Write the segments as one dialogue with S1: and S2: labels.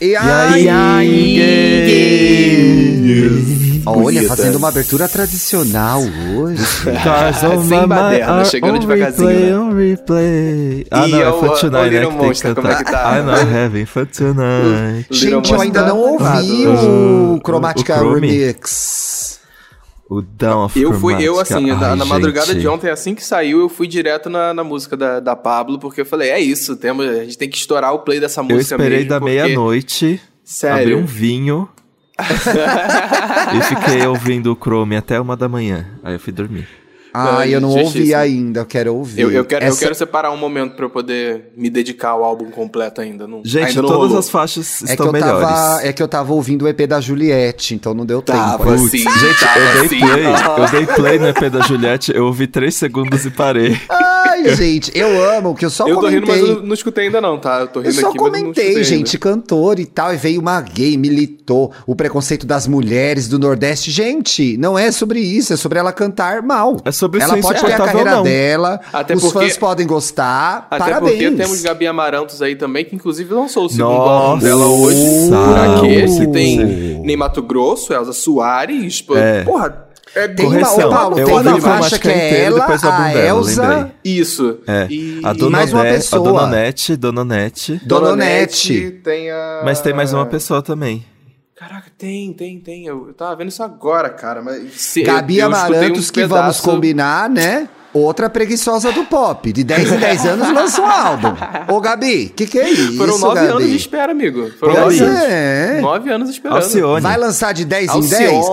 S1: E aí? Olha, fazendo uma abertura tradicional hoje.
S2: Cars on
S3: Ah, Sem
S2: my
S3: baderna,
S2: mind,
S3: chegando
S2: on
S3: devagarzinho,
S2: Replay,
S3: né?
S2: on replay. Ah,
S3: E
S2: não, é
S3: eu,
S2: for
S3: ó,
S2: tonight, né?
S3: Little
S2: Que Ah, tem que
S3: Monster, como é
S2: cantar.
S3: que tá?
S2: I'm not having fun tonight.
S1: Gente, eu
S3: Little
S1: ainda não
S3: Monster
S1: ouvi
S2: Adorado.
S1: o Chromatica
S2: O Chrome.
S1: Remix.
S2: O Down of
S3: Eu fui, eu
S2: Chromatica.
S3: assim, na,
S2: Ai,
S3: na madrugada
S2: gente.
S3: de ontem, assim que saiu, eu fui direto na, na música da, da Pablo, porque eu falei, é isso, temos, a gente tem que estourar o play dessa
S2: Eu
S3: música
S2: esperei
S3: mesmo,
S2: da
S3: porque-
S2: meia-noite, abri
S3: Sério.
S2: um vinho e fiquei ouvindo o Chrome até uma da manhã. Aí eu fui dormir.
S1: Ah, eu não ouvi
S3: justíssimo.
S1: ainda, eu quero ouvir.
S3: eu, eu quero, eu
S1: Essa-
S3: quero separar um momento pra eu poder me dedicar ao álbum completo ainda. Não,
S2: Gente,
S3: ainda não
S2: todas
S3: rolou.
S2: as faixas
S1: É que,
S2: estão
S1: eu
S2: melhores.
S1: tava, é que eu tava ouvindo o EP da Juliette, então não deu tempo.
S3: Tava
S2: Putz,
S3: sim,
S2: gente,
S3: assim, tava assim.
S2: eu dei
S3: sim.
S2: play, eu dei play no EP da Juliette, eu ouvi três segundos e parei.
S1: Ai, gente, eu amo, que eu só
S3: eu tô rindo, mas
S1: comentei.
S3: eu não escutei ainda não, tá? Eu tô
S1: Eu
S3: rindo
S1: só
S3: aqui, mas eu não escutei
S1: comentei,
S3: ainda.
S1: gente, cantor e tal, e veio uma gay, militou o preconceito das mulheres do Nordeste. Gente, não é sobre isso, é sobre ela cantar mal.
S2: É sobre
S1: ela
S2: ser
S1: pode ter a
S2: insuportável
S1: carreira
S2: não.
S1: dela,
S3: Até
S1: os
S3: porque-
S1: fãs podem gostar,
S3: Até
S1: parabéns.
S3: porque temos Gabi Amarantos aí também, que inclusive lançou o segundo álbum
S2: Nossa,
S3: dela hoje.
S2: Nossa.
S3: Aqui, que tem Ney Mato Grosso, Elza Soares. pô-
S2: É.
S3: Porra, é bem
S1: Tem
S2: Correção,
S1: uma, Paulo,
S2: eu
S1: tem
S2: ouvi
S1: uma
S2: a
S1: faixa que
S2: cromática
S1: é
S2: inteira e
S1: ela,
S2: depois o álbum
S1: a
S2: dela,
S1: Elsa,
S2: lembrei.
S3: Isso.
S2: É,
S3: E-
S2: a Dona
S1: mais uma
S2: Né- a
S1: pessoa.
S2: Dona Nete, Dona Nete.
S1: Dona
S3: Nete,
S1: Nete.
S3: Tem a...
S2: Mas tem
S1: Ah.
S2: mais uma pessoa também.
S3: Caraca, tem, tem, tem. Eu, eu tava vendo isso agora, cara. Mas se-
S1: Gabi
S3: eu- eu escutei
S1: Amarantos,
S3: um
S1: que vamos
S3: pedaço-
S1: combinar, né? Outra preguiçosa do pop. De 10 em 10 anos lança um álbum. Ô, Gabi, que que é isso,
S3: Foram nove
S1: Gabi?
S3: anos de espera, amigo. Foram
S2: Pois
S3: nove anos.
S1: é.
S3: Nove anos esperando.
S2: Alcione.
S1: Vai lançar de 10
S3: Alcione.
S1: em 10?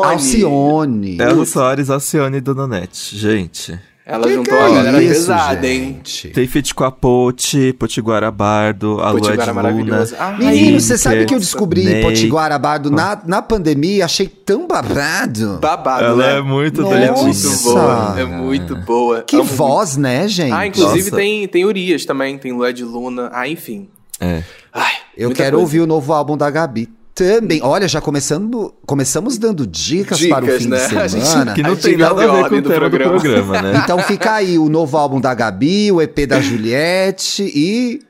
S1: Alcione.
S2: Elza Soares, Alcione e Dona Nete. Gente,
S3: Ela
S1: Que
S3: juntou
S1: que é
S3: a galera
S1: isso,
S3: pesada, hein?
S1: gente?
S2: tem feat com a Pote, Potiguara Bardo, a Lua
S3: Potiguara
S2: de Luna.
S3: maravilhosa. Ai,
S1: Menino, você
S2: Inker,
S1: sabe que eu descobri
S2: Ney.
S1: Potiguara Bardo na, na pandemia? Achei tão babado.
S3: Babado,
S2: Ela
S3: né?
S2: é muito
S1: Nossa.
S3: Ela é
S2: doidinha.
S3: muito
S1: Nossa.
S3: boa. É muito boa.
S1: que
S3: Amo
S1: voz, né, gente?
S3: muito. Ah, inclusive
S2: Nossa.
S3: tem, tem Urias também, tem Lua de Luna. Ah, enfim.
S2: É.
S3: Ai,
S1: eu
S3: muita
S1: quero
S3: coisa.
S1: ouvir o novo álbum da Gabi. Também, olha, já começando, começamos dando dicas, para o
S3: Dicas,
S1: fim
S3: né? A
S1: de
S3: gente-
S1: semana.
S2: Que
S3: A
S2: não
S3: gente
S2: tem
S3: não
S2: nada
S3: deu
S2: a ver com
S3: ordem
S2: o
S3: do
S2: tema
S3: programa.
S2: do programa, né?
S1: Então fica aí o novo álbum da Gabi, o EP da Juliette e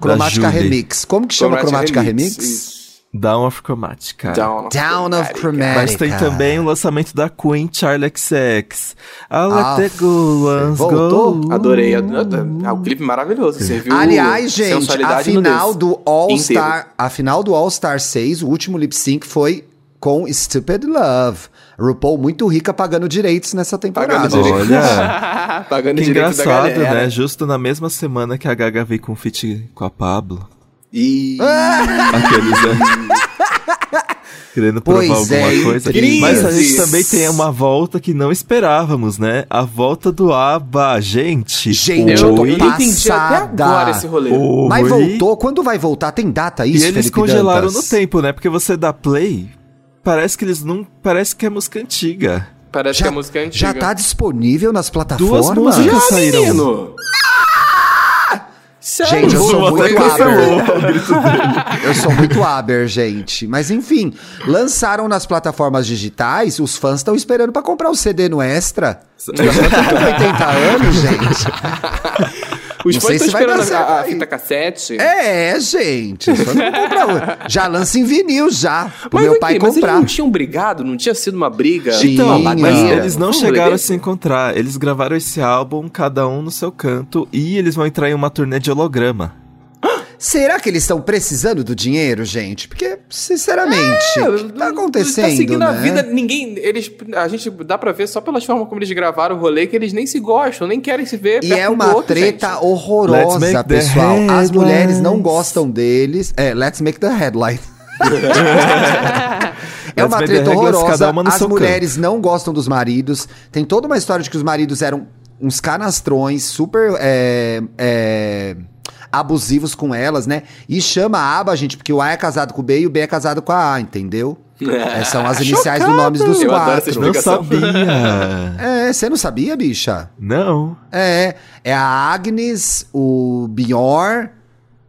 S1: Cromática
S2: Julie.
S1: Remix. Como que chama Cromática Remix?
S3: Isso.
S2: Down of Chromatica.
S3: Down of
S1: Down of
S3: Chromatica.
S1: Chromatica.
S2: Mas tem também o lançamento da Queen Charlie XX. A
S1: Ah,
S2: Let It Go, Once
S1: voltou?
S2: Go.
S3: Adorei. ad- Ah, o clipe maravilhoso. Serviu
S1: Aliás, gente, a
S3: sensualidade e
S1: final
S3: nudez.
S1: do All Star, a final do All Star 6, o último lip sync foi com Stupid Love. RuPaul muito rica pagando direitos nessa temporada.
S3: Pagando direito.
S2: Olha.
S3: Pagando
S2: Que
S3: direito da
S2: engraçado,
S3: galera.
S2: né? Justo na mesma semana que a Gaga veio com o feat com a Pablo.
S3: E...
S1: Ah,
S2: Aqueles, né? Querendo provar
S1: Pois é,
S2: alguma coisa.
S3: incrível.
S2: Mas a gente
S3: Crises.
S2: também tem uma volta que não esperávamos, né? A volta do ABBA. Gente,
S1: Gente,
S3: Eu,
S1: Oi.
S3: eu não entendi até
S1: Passada.
S3: agora esse rolê.
S2: oi.
S1: Mas voltou, quando vai voltar? Tem data isso,
S2: e eles
S1: Felipe
S2: congelaram
S1: Dantas?
S2: no tempo, né? Porque você dá play, parece que eles não. Parece que é música antiga.
S3: Parece
S1: Já-
S3: que a música é antiga.
S1: Já tá disponível nas
S2: Duas
S1: plataformas?
S2: músicas
S3: Ah,
S2: saíram.
S3: menino! Sério? é
S1: Gente, eu sou
S2: Zoou até
S1: muito
S2: cancelou
S1: aber. Eu sou muito aber, gente. Mas enfim, lançaram nas plataformas digitais, os fãs estão esperando pra comprar o CD no Extra. Já tô com 80 anos, gente.
S3: Os
S1: Não
S3: fãs
S1: sei
S3: estão
S1: se vai dar
S3: esperando
S1: certo
S3: a, a
S1: aí.
S3: fita cassete.
S1: É, gente. os fãs não vão comprar. Já lança em vinil já, pro meu
S3: aqui,
S1: pai
S3: mas eles
S1: comprar.
S3: não tinham brigado? Não tinha sido uma briga?
S1: Sim,
S3: uma
S2: Então,
S3: batalha?
S2: mas
S1: Sim.
S2: eles não
S3: Um
S2: chegaram
S3: rolê
S2: a se encontrar. Eles gravaram esse álbum, cada um no seu canto, e eles vão entrar em uma turnê de holograma.
S1: Será que eles estão precisando do dinheiro, gente? Porque, sinceramente,
S3: É,
S1: o que tá acontecendo,
S3: Tá seguindo
S1: né?
S3: a vida, ninguém. Eles, a gente dá pra ver só pelas formas como eles gravaram o rolê que eles nem se gostam, nem querem se ver.
S1: E
S3: perto
S1: é
S3: um do
S1: uma
S3: outro,
S1: treta
S3: gente.
S2: Let's
S1: horrorosa,
S2: make the
S1: pessoal. As
S2: headlines.
S1: mulheres não gostam deles. É, let's make the headline. é
S2: Let's
S1: uma treta
S2: make the headlines, cada
S1: horrorosa.
S2: uma no
S1: As
S2: seu
S1: mulheres não gostam dos maridos. Tem toda uma história de que os maridos eram uns canastrões, super. é, é, abusivos com elas, né? E chama a aba, gente, porque o A é casado com o B e o B é casado com a A, entendeu? É, são as iniciais dos nomes dos
S3: Ah, Eu adoro essas
S1: quatro.
S2: Não
S3: Explicação.
S2: sabia.
S1: É, você não sabia, bicha?
S2: não.
S1: É, é a Agnes, o Bior,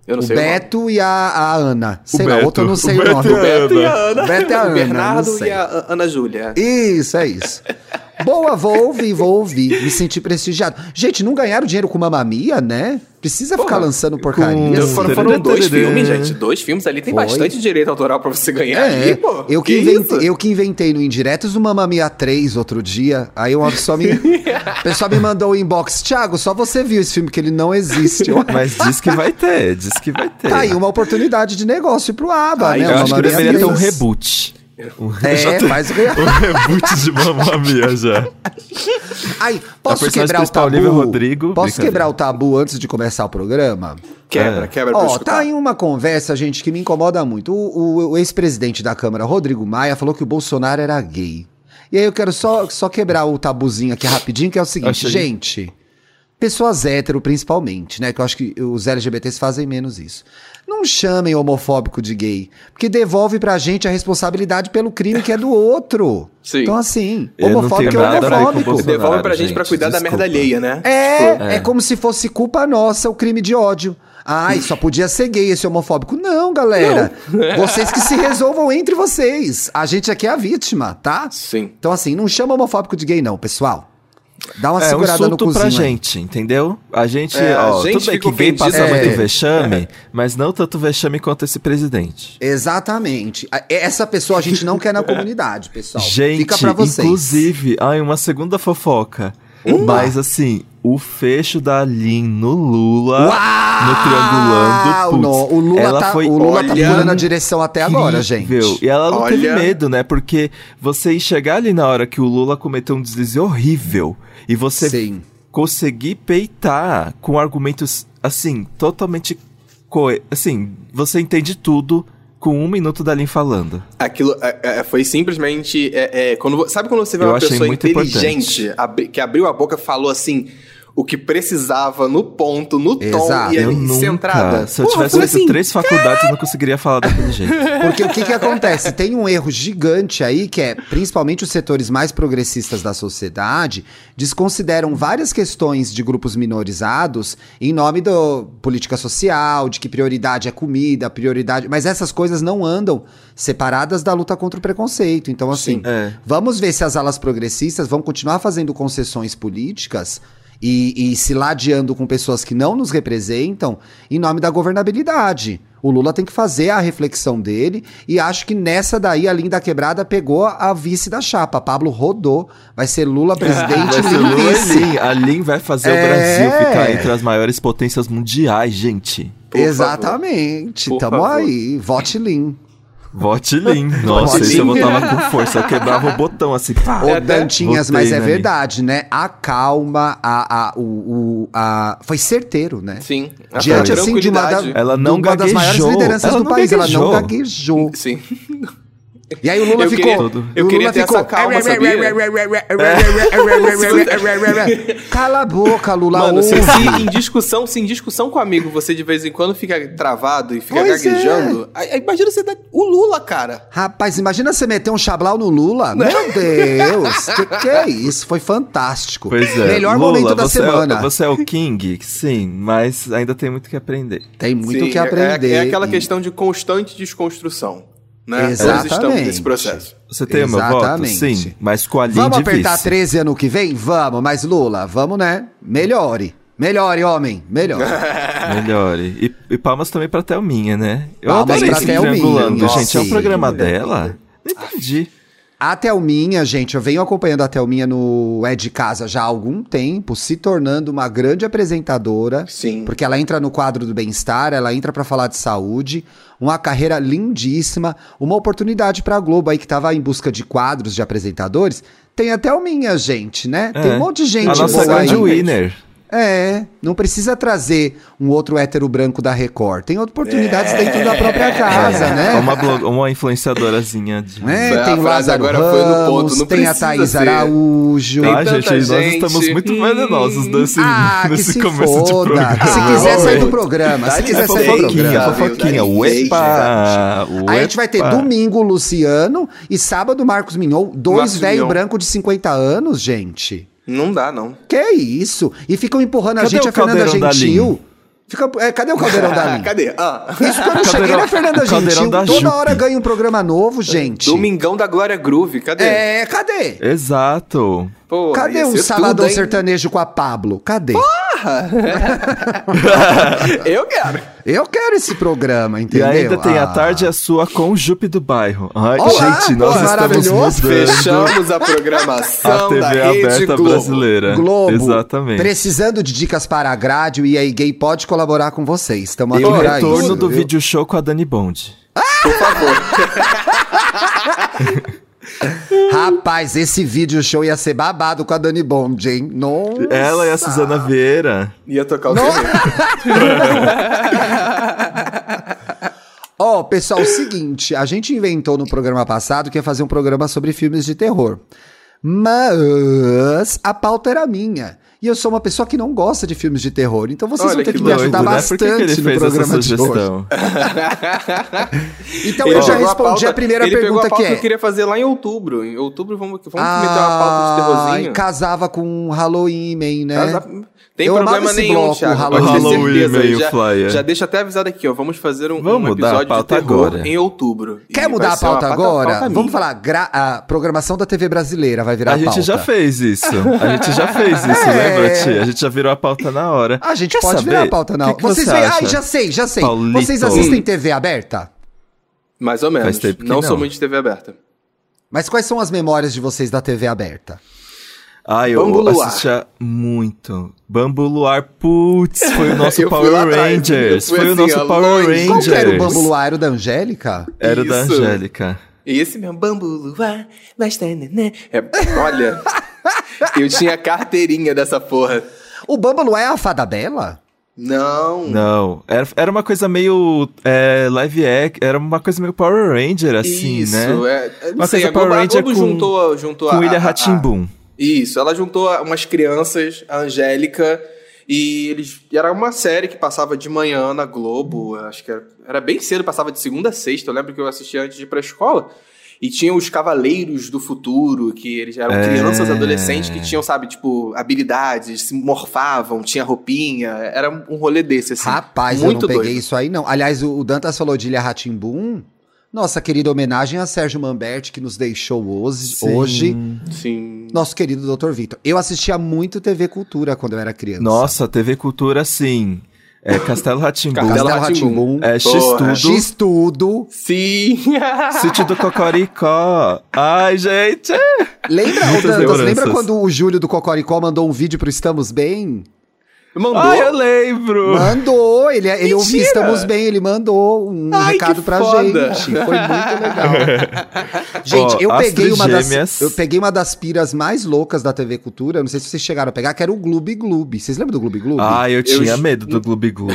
S3: Eu não
S1: o
S3: sei. nome.
S1: Beto e a, a Ana. Sei lá,
S2: Beto.
S1: outro eu não sei
S2: O
S1: o,
S2: Beto
S1: nome.
S2: e a
S3: Beto e a Ana.
S1: O Beto e a Ana,
S3: O
S1: não
S3: Bernardo
S1: sei.
S3: e a Ana Júlia.
S1: Isso, é isso. Boa, vou ouvir, vou ouvir. Me senti prestigiado. Gente, não ganharam dinheiro com mamamia, né? Precisa ficar
S3: Porra,
S1: lançando porcaria.
S2: com-
S1: assim.
S3: Foram, foram dois
S2: Tadadã.
S3: filmes, gente. Dois filmes ali tem
S1: Foi.
S3: bastante direito autoral pra você ganhar
S1: É,
S3: ali, pô.
S1: eu, que
S3: isso?
S1: inventei, eu que inventei no Indiretos o Mamamia 3 outro dia. Aí uma pessoa me, a pessoa me mandou o inbox. Thiago, só você viu esse filme, que ele não existe. Eu-
S2: Mas diz que vai ter, diz que vai ter.
S1: Tá aí uma oportunidade de negócio pro ABA,
S3: Ai,
S1: né?
S2: Eu
S1: O
S2: acho que
S1: Mamma Mia
S2: deveria ter um
S1: 3.
S2: reboot. Um, já
S1: É,
S2: tem
S1: faz o que...
S2: um reboot de Mamma Mia já.
S1: Ai, posso
S2: personagem
S1: quebrar o
S2: principal,
S1: tabu?
S2: Olivia Rodrigo.
S1: posso
S2: Brincadeira.
S1: quebrar o tabu antes de começar o programa?
S3: Quebra,
S2: É.
S3: quebra pra eu
S1: Ó,
S3: escutar.
S1: tá em uma conversa, gente, que me incomoda muito. O, o- o ex-presidente da Câmara, Rodrigo Maia, falou que o Bolsonaro era gay. E aí eu quero só, só quebrar o tabuzinho aqui rapidinho, que é o seguinte,
S2: Achei.
S1: gente. Pessoas hétero, principalmente, né? Que eu acho que os LGBTs fazem menos isso. Não chamem homofóbico de gay, porque devolve pra gente a responsabilidade pelo crime que é do outro.
S3: Sim.
S1: Então, assim,
S2: Eu não
S1: homofóbico é
S2: tenho nada a ver com
S1: homofóbico.
S2: Bolsonaro.
S3: Devolve pra gente, pra
S2: gente,
S3: cuidar da merda
S2: desculpa.
S3: alheia, né? Tipo,
S1: É, é, como se fosse culpa nossa o crime de ódio. Ai, só podia ser gay esse homofóbico. Não, galera. Vocês que se resolvam entre vocês. A gente aqui é a vítima, tá?
S3: Sim.
S1: Então, assim, não chama homofóbico de gay, não, pessoal. Dá uma
S2: É um
S1: segurada no
S2: insulto
S1: cozinho.
S2: pra
S1: aí.
S2: gente, entendeu? A gente,
S3: É, a
S2: ó,
S3: gente
S2: tudo bem
S3: fica
S2: que gay
S3: ofendido.
S2: passa
S1: É.
S2: muito vexame, mas não tanto vexame quanto esse presidente.
S1: Exatamente. A- Essa pessoa a gente não quer na comunidade, pessoal.
S2: Gente,
S1: Fica pra vocês.
S2: inclusive, ai, uma segunda fofoca.
S1: Uma?
S2: Mas assim, o fecho da Lin no Lula,
S1: Uau!
S2: no triangulando, putz,
S1: Não, o Lula,
S2: ela
S1: tá,
S2: foi
S1: o Lula tá
S3: olha,
S1: pulando a direção até agora, gente.
S2: incrível. E ela não teve
S3: Olha.
S2: medo, né? Porque você chegar ali na hora que o Lula cometeu um deslize horrível e você
S1: Sim.
S2: conseguir peitar com argumentos assim, totalmente co assim, você entende tudo com um minuto da Lin falando.
S3: Aquilo é, é, foi simplesmente. é, é, quando, vo- sabe quando você vê
S2: Eu
S3: uma
S2: achei
S3: pessoa
S2: muito
S3: inteligente abri- que abriu a boca e falou assim. O que precisava no ponto, no tom
S1: Exato.
S3: e
S1: Eu
S2: Eu
S3: ali,
S2: nunca,
S3: centrada.
S2: se eu
S3: Porra,
S2: tivesse
S3: foi
S1: assim?
S2: feito três faculdades, eu não conseguiria falar daquele jeito.
S1: Porque o que, que acontece? Tem um erro gigante aí, que é principalmente os setores mais progressistas da sociedade, desconsideram várias questões de grupos minorizados em nome da política social, de que prioridade é comida, prioridade. Mas essas coisas não andam separadas da luta contra o preconceito. Então, assim,
S3: Sim.
S2: É.
S1: Vamos ver se as alas progressistas vão continuar fazendo concessões políticas e, e se ladeando com pessoas que não nos representam em nome da governabilidade. O Lula tem que fazer a reflexão dele e acho que nessa daí a Linda Quebrada pegou a vice da chapa. Pablo rodou. Vai ser Lula presidente
S2: Vai
S1: e
S2: ser
S1: Lula
S2: Lula
S1: vice.
S2: e Lin. A Lin vai fazer
S1: Ah, É.
S2: o Brasil ficar entre as maiores potências mundiais, gente.
S3: Por favor.
S1: Exatamente.
S3: Por
S1: Tamo
S3: favor.
S1: aí. Vote Lin.
S2: Vote Lin. Nossa,
S1: Vote
S2: isso eu
S1: Lin.
S2: botava com força. Eu quebrava o botão assim. Pá.
S1: Ô,
S3: É, até
S1: Dantinhas,
S2: votei
S1: mas é
S2: na Lin.
S1: verdade, né? A calma, a, a, o, o- a... foi certeiro, né?
S3: Sim.
S1: Diante
S3: Aquela
S1: assim de uma, da-
S3: tranquilidade.
S2: Ela não
S1: de uma das
S2: gaguejou.
S1: maiores lideranças
S2: Ela
S1: do
S2: não
S1: país, ela não
S2: gaguejou.
S1: gaguejou.
S3: Sim.
S1: E aí o Lula
S3: Eu
S1: ficou.
S3: queria-
S1: o
S3: eu queria
S1: Lula
S3: ter essa
S1: ficou.
S3: calma,
S1: sabia? Cala a boca, Lula.
S3: Mano, tá- se,
S1: ouve.
S3: se em discussão, se em discussão com um amigo você de vez em quando fica travado e fica
S1: Pois é.
S3: gaguejando, aí- aí imagina você tá. O Lula, cara.
S1: Rapaz, imagina você meter um chablau no Lula.
S3: Né?
S1: Meu Deus, que, que é isso? Foi fantástico.
S2: Pois é.
S1: Melhor
S2: Lula,
S1: momento da
S2: você é o-
S1: semana.
S2: você é o King, sim, mas ainda tem muito que aprender.
S1: Tem muito o
S3: Sim,
S1: que
S3: é-
S1: aprender.
S3: É, aquela
S1: E-
S3: questão de constante desconstrução. Né? Todos estamos
S1: Exatamente.
S3: nesse processo.
S2: Você tem o meu voto?
S1: Exatamente.
S2: Sim, mas com a Lin
S1: Vamos
S2: de
S1: apertar
S2: vice.
S1: 13 ano que vem? Vamos, mas Lula, vamos, né? Melhore. Melhore, homem. Melhore.
S2: Melhore. E, e palmas também pra Thelminha, né? Eu
S1: Palmas
S2: adorei
S1: pra
S2: esse
S1: Thelminha,
S2: triangulando,
S1: nossa.
S2: gente. É um programa
S3: Sim.
S2: dela? Não entendi.
S1: A Thelminha, gente, eu venho acompanhando a Thelminha no É de Casa já há algum tempo, se tornando uma grande apresentadora,
S3: Sim.
S1: porque ela entra no quadro do bem-estar, ela entra pra falar de saúde, uma carreira lindíssima, uma oportunidade pra Globo aí que tava em busca de quadros de apresentadores. Tem a Thelminha, gente, né? Tem
S2: É.
S1: um monte de
S2: A
S1: gente
S2: nossa
S1: boa aí.
S2: grande winner.
S1: É, não precisa trazer um outro hétero branco da Record. Tem oportunidades dentro da própria casa,
S2: É,
S1: né?
S2: Uma, blog- uma influenciadorazinha de.
S1: É,
S3: A
S1: tem o
S3: frase
S1: Lázaro
S3: agora foi no
S1: Ramos,
S3: ponto, não
S1: tem a
S3: precisa
S1: Thaís
S3: ser.
S1: Araújo.
S3: Tem
S2: Ah,
S3: tanta
S2: gente, aí nós
S3: gente.
S2: estamos muito
S3: Hum.
S2: venenosos nesse,
S1: Ah, que
S2: nesse
S1: se
S2: começo
S1: foda.
S2: de programa.
S1: Que se
S3: Ah,
S1: quiser sair do
S3: homem.
S1: programa, se
S3: Dá-lhe
S1: quiser
S2: É
S1: sair do
S2: fofoquinha,
S1: programa.
S2: fofoquinha.
S3: Dá licença,
S2: Uepa!
S1: Aí a gente vai ter
S2: uepa.
S1: domingo Luciano e sábado Marcos Mignon, dois
S3: Marcos
S1: velho
S3: Mignon.
S1: branco de 50 anos, gente.
S3: Não dá, não.
S1: Que isso? E ficam empurrando a
S2: Cadê
S1: gente
S2: o
S1: a Fernanda
S2: caldeirão da
S1: Gentil.
S2: Lin?
S1: Fica, é, cadê o caldeirão da Aline?
S3: Cadê? Ah.
S1: Isso quando eu
S2: Caldeirão-
S1: cheguei na Fernanda
S2: Caldeirão
S1: Gentil,
S2: da
S1: toda
S2: Jupe.
S1: hora ganha um programa novo, gente.
S3: Domingão da Glória Groove, cadê?
S1: É, cadê?
S2: Exato.
S3: Pô,
S1: Cadê um
S3: ia
S1: o
S3: ser
S1: Salvador
S3: tudo, hein?
S1: Sertanejo com a Pablo? Cadê?
S3: Eu quero.
S1: Eu quero esse programa,
S2: E
S1: entendeu?
S2: ainda tem a
S1: Ah.
S2: tarde a sua com o Jupe do bairro. Ai,
S1: Olá,
S2: gente, nós
S1: pô,
S2: estamos
S1: maravilhoso.
S2: mudando
S3: Fechamos a
S2: a
S3: programação
S2: TV
S3: da Rede
S2: aberta
S3: Globo.
S2: brasileira.
S1: Globo.
S2: Exatamente.
S1: Precisando de dicas para a grade, o EA Gay pode colaborar com vocês. Estamos
S2: E o
S1: aqui pra
S2: retorno
S1: isso,
S2: do
S1: viu?
S2: vídeo show com a Dani Bond.
S3: Por favor.
S1: Rapaz, esse vídeo show ia ser babado com a Dani Bond, hein? Nossa.
S2: Ela e a Suzana Vieira.
S3: Ia tocar o
S1: Não.
S3: terreno.
S1: Ó, pessoal, o seguinte, a gente inventou no programa passado que ia fazer um programa sobre filmes de terror. Mas a pauta era minha. E eu sou uma pessoa que não gosta de filmes de terror. Então vocês
S3: Olha
S1: vão ter
S3: que
S1: que, me
S3: doido,
S1: ajudar
S2: né? Por
S1: bastante
S2: que, que ele
S1: no
S2: fez essa
S1: programa de hoje.
S2: sugestão?
S1: Então
S3: Ele
S1: eu já
S3: pegou
S1: respondi a,
S3: pauta-
S1: primeira
S3: ele pegou
S1: pergunta
S3: a pauta
S1: que
S3: que,
S1: é.
S3: eu queria fazer lá em outubro. Em outubro vamos, vamos meter uma pauta de
S1: Ah,
S3: terrorzinho.
S1: casava com um Halloween, man, né?
S3: Casar- Tem
S1: Eu amava
S3: problema
S1: esse
S3: nenhum,
S1: bloco,
S3: Thiago.
S1: Halloween.
S3: Pode ter
S2: Halloween,
S3: certeza.
S2: meio
S3: já,
S2: flyer.
S3: já deixa até avisado aqui, ó. Vamos fazer um,
S2: Vamos
S3: um
S2: mudar a
S3: episódio de
S2: pauta
S3: terror
S2: agora.
S3: em outubro. E
S1: Quer
S3: vai
S1: mudar a
S3: ser uma
S1: pauta agora?
S3: pauta
S1: Vamos
S3: minha.
S1: falar, gra- a programação da TV brasileira vai virar
S2: A gente
S1: pauta.
S2: já fez isso. A gente já fez isso,
S1: É.
S2: lembra, tia? A gente já virou a pauta na hora.
S1: A gente
S2: Quer
S1: pode
S2: saber?
S1: virar a pauta, não.
S2: Que que
S1: Vocês
S2: você
S1: veem.
S2: acha?
S1: Ai, já sei, já sei.
S2: Paulito.
S1: Vocês assistem TV aberta?
S3: Mais ou menos.
S2: Faz tempo que
S3: não,
S2: não.
S3: sou muito de TV aberta.
S1: Mas quais são as memórias de vocês da TV aberta?
S2: Ah, eu
S3: Bambu Luar.
S2: assistia muito. Bambu Luar, putz, foi o nosso
S3: Eu fui lá
S2: Power
S3: atrás,
S2: Rangers.
S3: eu fui
S2: Foi o
S3: assim,
S2: nosso
S3: ó,
S2: Power
S3: longe.
S1: Qual
S2: Rangers.
S1: que era o Bambu Luar? Era o da Angélica?
S2: Era o da
S3: Isso.
S2: Angélica.
S3: E esse mesmo, bambu, luar, bastanana. É, olha, eu tinha carteirinha dessa porra.
S1: O Bambu Luar é a Fada Bela?
S3: Não.
S2: Não, era, era uma coisa meio é, live act, era uma coisa meio Power Ranger, assim,
S3: Isso,
S2: né?
S3: é. é, Não
S2: Uma
S3: sei,
S2: coisa
S3: a Globo,
S2: Power
S3: a
S2: Ranger
S3: Globo
S2: com-
S3: juntou, juntou
S2: Com
S3: a.
S2: William
S3: a- a- Ah,
S2: Ratimbum.
S3: Isso, ela juntou umas crianças, a Angélica, e eles. e Era uma série que passava de manhã na Globo, acho que era, era bem cedo, passava de segunda a sexta. Eu lembro que eu assistia antes de ir pra escola. E tinha os Cavaleiros do Futuro, que eles eram
S2: É.
S3: crianças, adolescentes que tinham, sabe, tipo, habilidades, se morfavam, tinha roupinha. Era um rolê desse, assim.
S1: Rapaz,
S3: muito
S1: eu não peguei
S3: doido.
S1: isso aí, não. Aliás, o, o Dantas falou de Ilha Ratimbum. Nossa querida homenagem a Sérgio Mamberti, que nos deixou hoje. hoje.
S3: Sim.
S1: Nosso querido Dr. Vitor. Eu assistia muito TV Cultura quando eu era criança.
S2: Nossa, TV Cultura, sim. É, Castelo Ratimbum.
S3: Castelo
S1: Castelo Ratimbum.
S2: É,
S3: Porra.
S2: X-Tudo.
S1: X tudo.
S3: Sim.
S2: Sítio do Cocoricó. Ai, gente!
S1: Lembra, ô
S2: Muitas
S1: Dantas,
S2: lembranças.
S1: lembra quando o Júlio do Cocoricó mandou um vídeo pro Estamos Bem?
S3: Mandou.
S2: Ai, eu lembro!
S1: Mandou! Ele, ele ouviu
S3: Mentira!
S1: Estamos Bem, ele mandou um
S3: Ai,
S1: recado
S3: que
S1: pra
S3: foda!
S1: gente. Foi muito legal. gente,
S2: Ó,
S1: eu,
S2: as
S1: peguei uma das,
S2: trigêmeas.
S1: eu peguei uma das piras mais loucas da TV Cultura, eu não sei se vocês chegaram a pegar, que era o Gloob Gloob. Vocês lembram do Gloob Gloob?
S2: Ai, eu tinha
S3: Eu-
S2: medo do Gloob Gloob.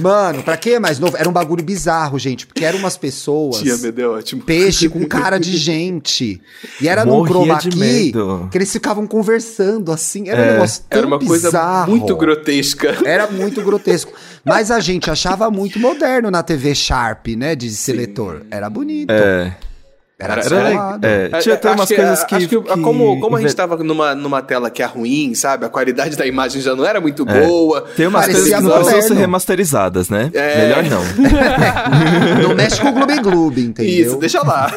S1: Mano, pra quem é mais novo, era um bagulho bizarro, gente, porque eram umas pessoas...
S3: Tia, meu Deus, ótimo.
S1: Peixe com cara de gente. E era num
S2: Morria
S1: chroma
S2: de
S1: key
S2: medo.
S1: que eles ficavam conversando assim. Era um negócio tão
S3: Era uma coisa
S1: bizarro.
S3: muito grotesca.
S1: Era muito grotesco. Mas a gente achava muito moderno na TV Sharp, né? De seletor. Era bonito.
S2: É.
S1: Era,
S3: Era-
S2: Era,
S1: descolado.
S2: le- é, tinha até
S3: Acho
S2: umas coisas que.
S3: acho que,
S2: que-
S3: como, como a gente tava numa, numa tela que é ruim, sabe? A qualidade da imagem já não era muito
S2: É.
S3: boa.
S2: Tem umas
S1: Parecia
S2: coisas que não precisam
S1: moderno.
S2: ser remasterizadas, né?
S3: É.
S2: Melhor não.
S1: Não mexe com o Gloob Gloob, entendeu?
S3: Isso, deixa lá.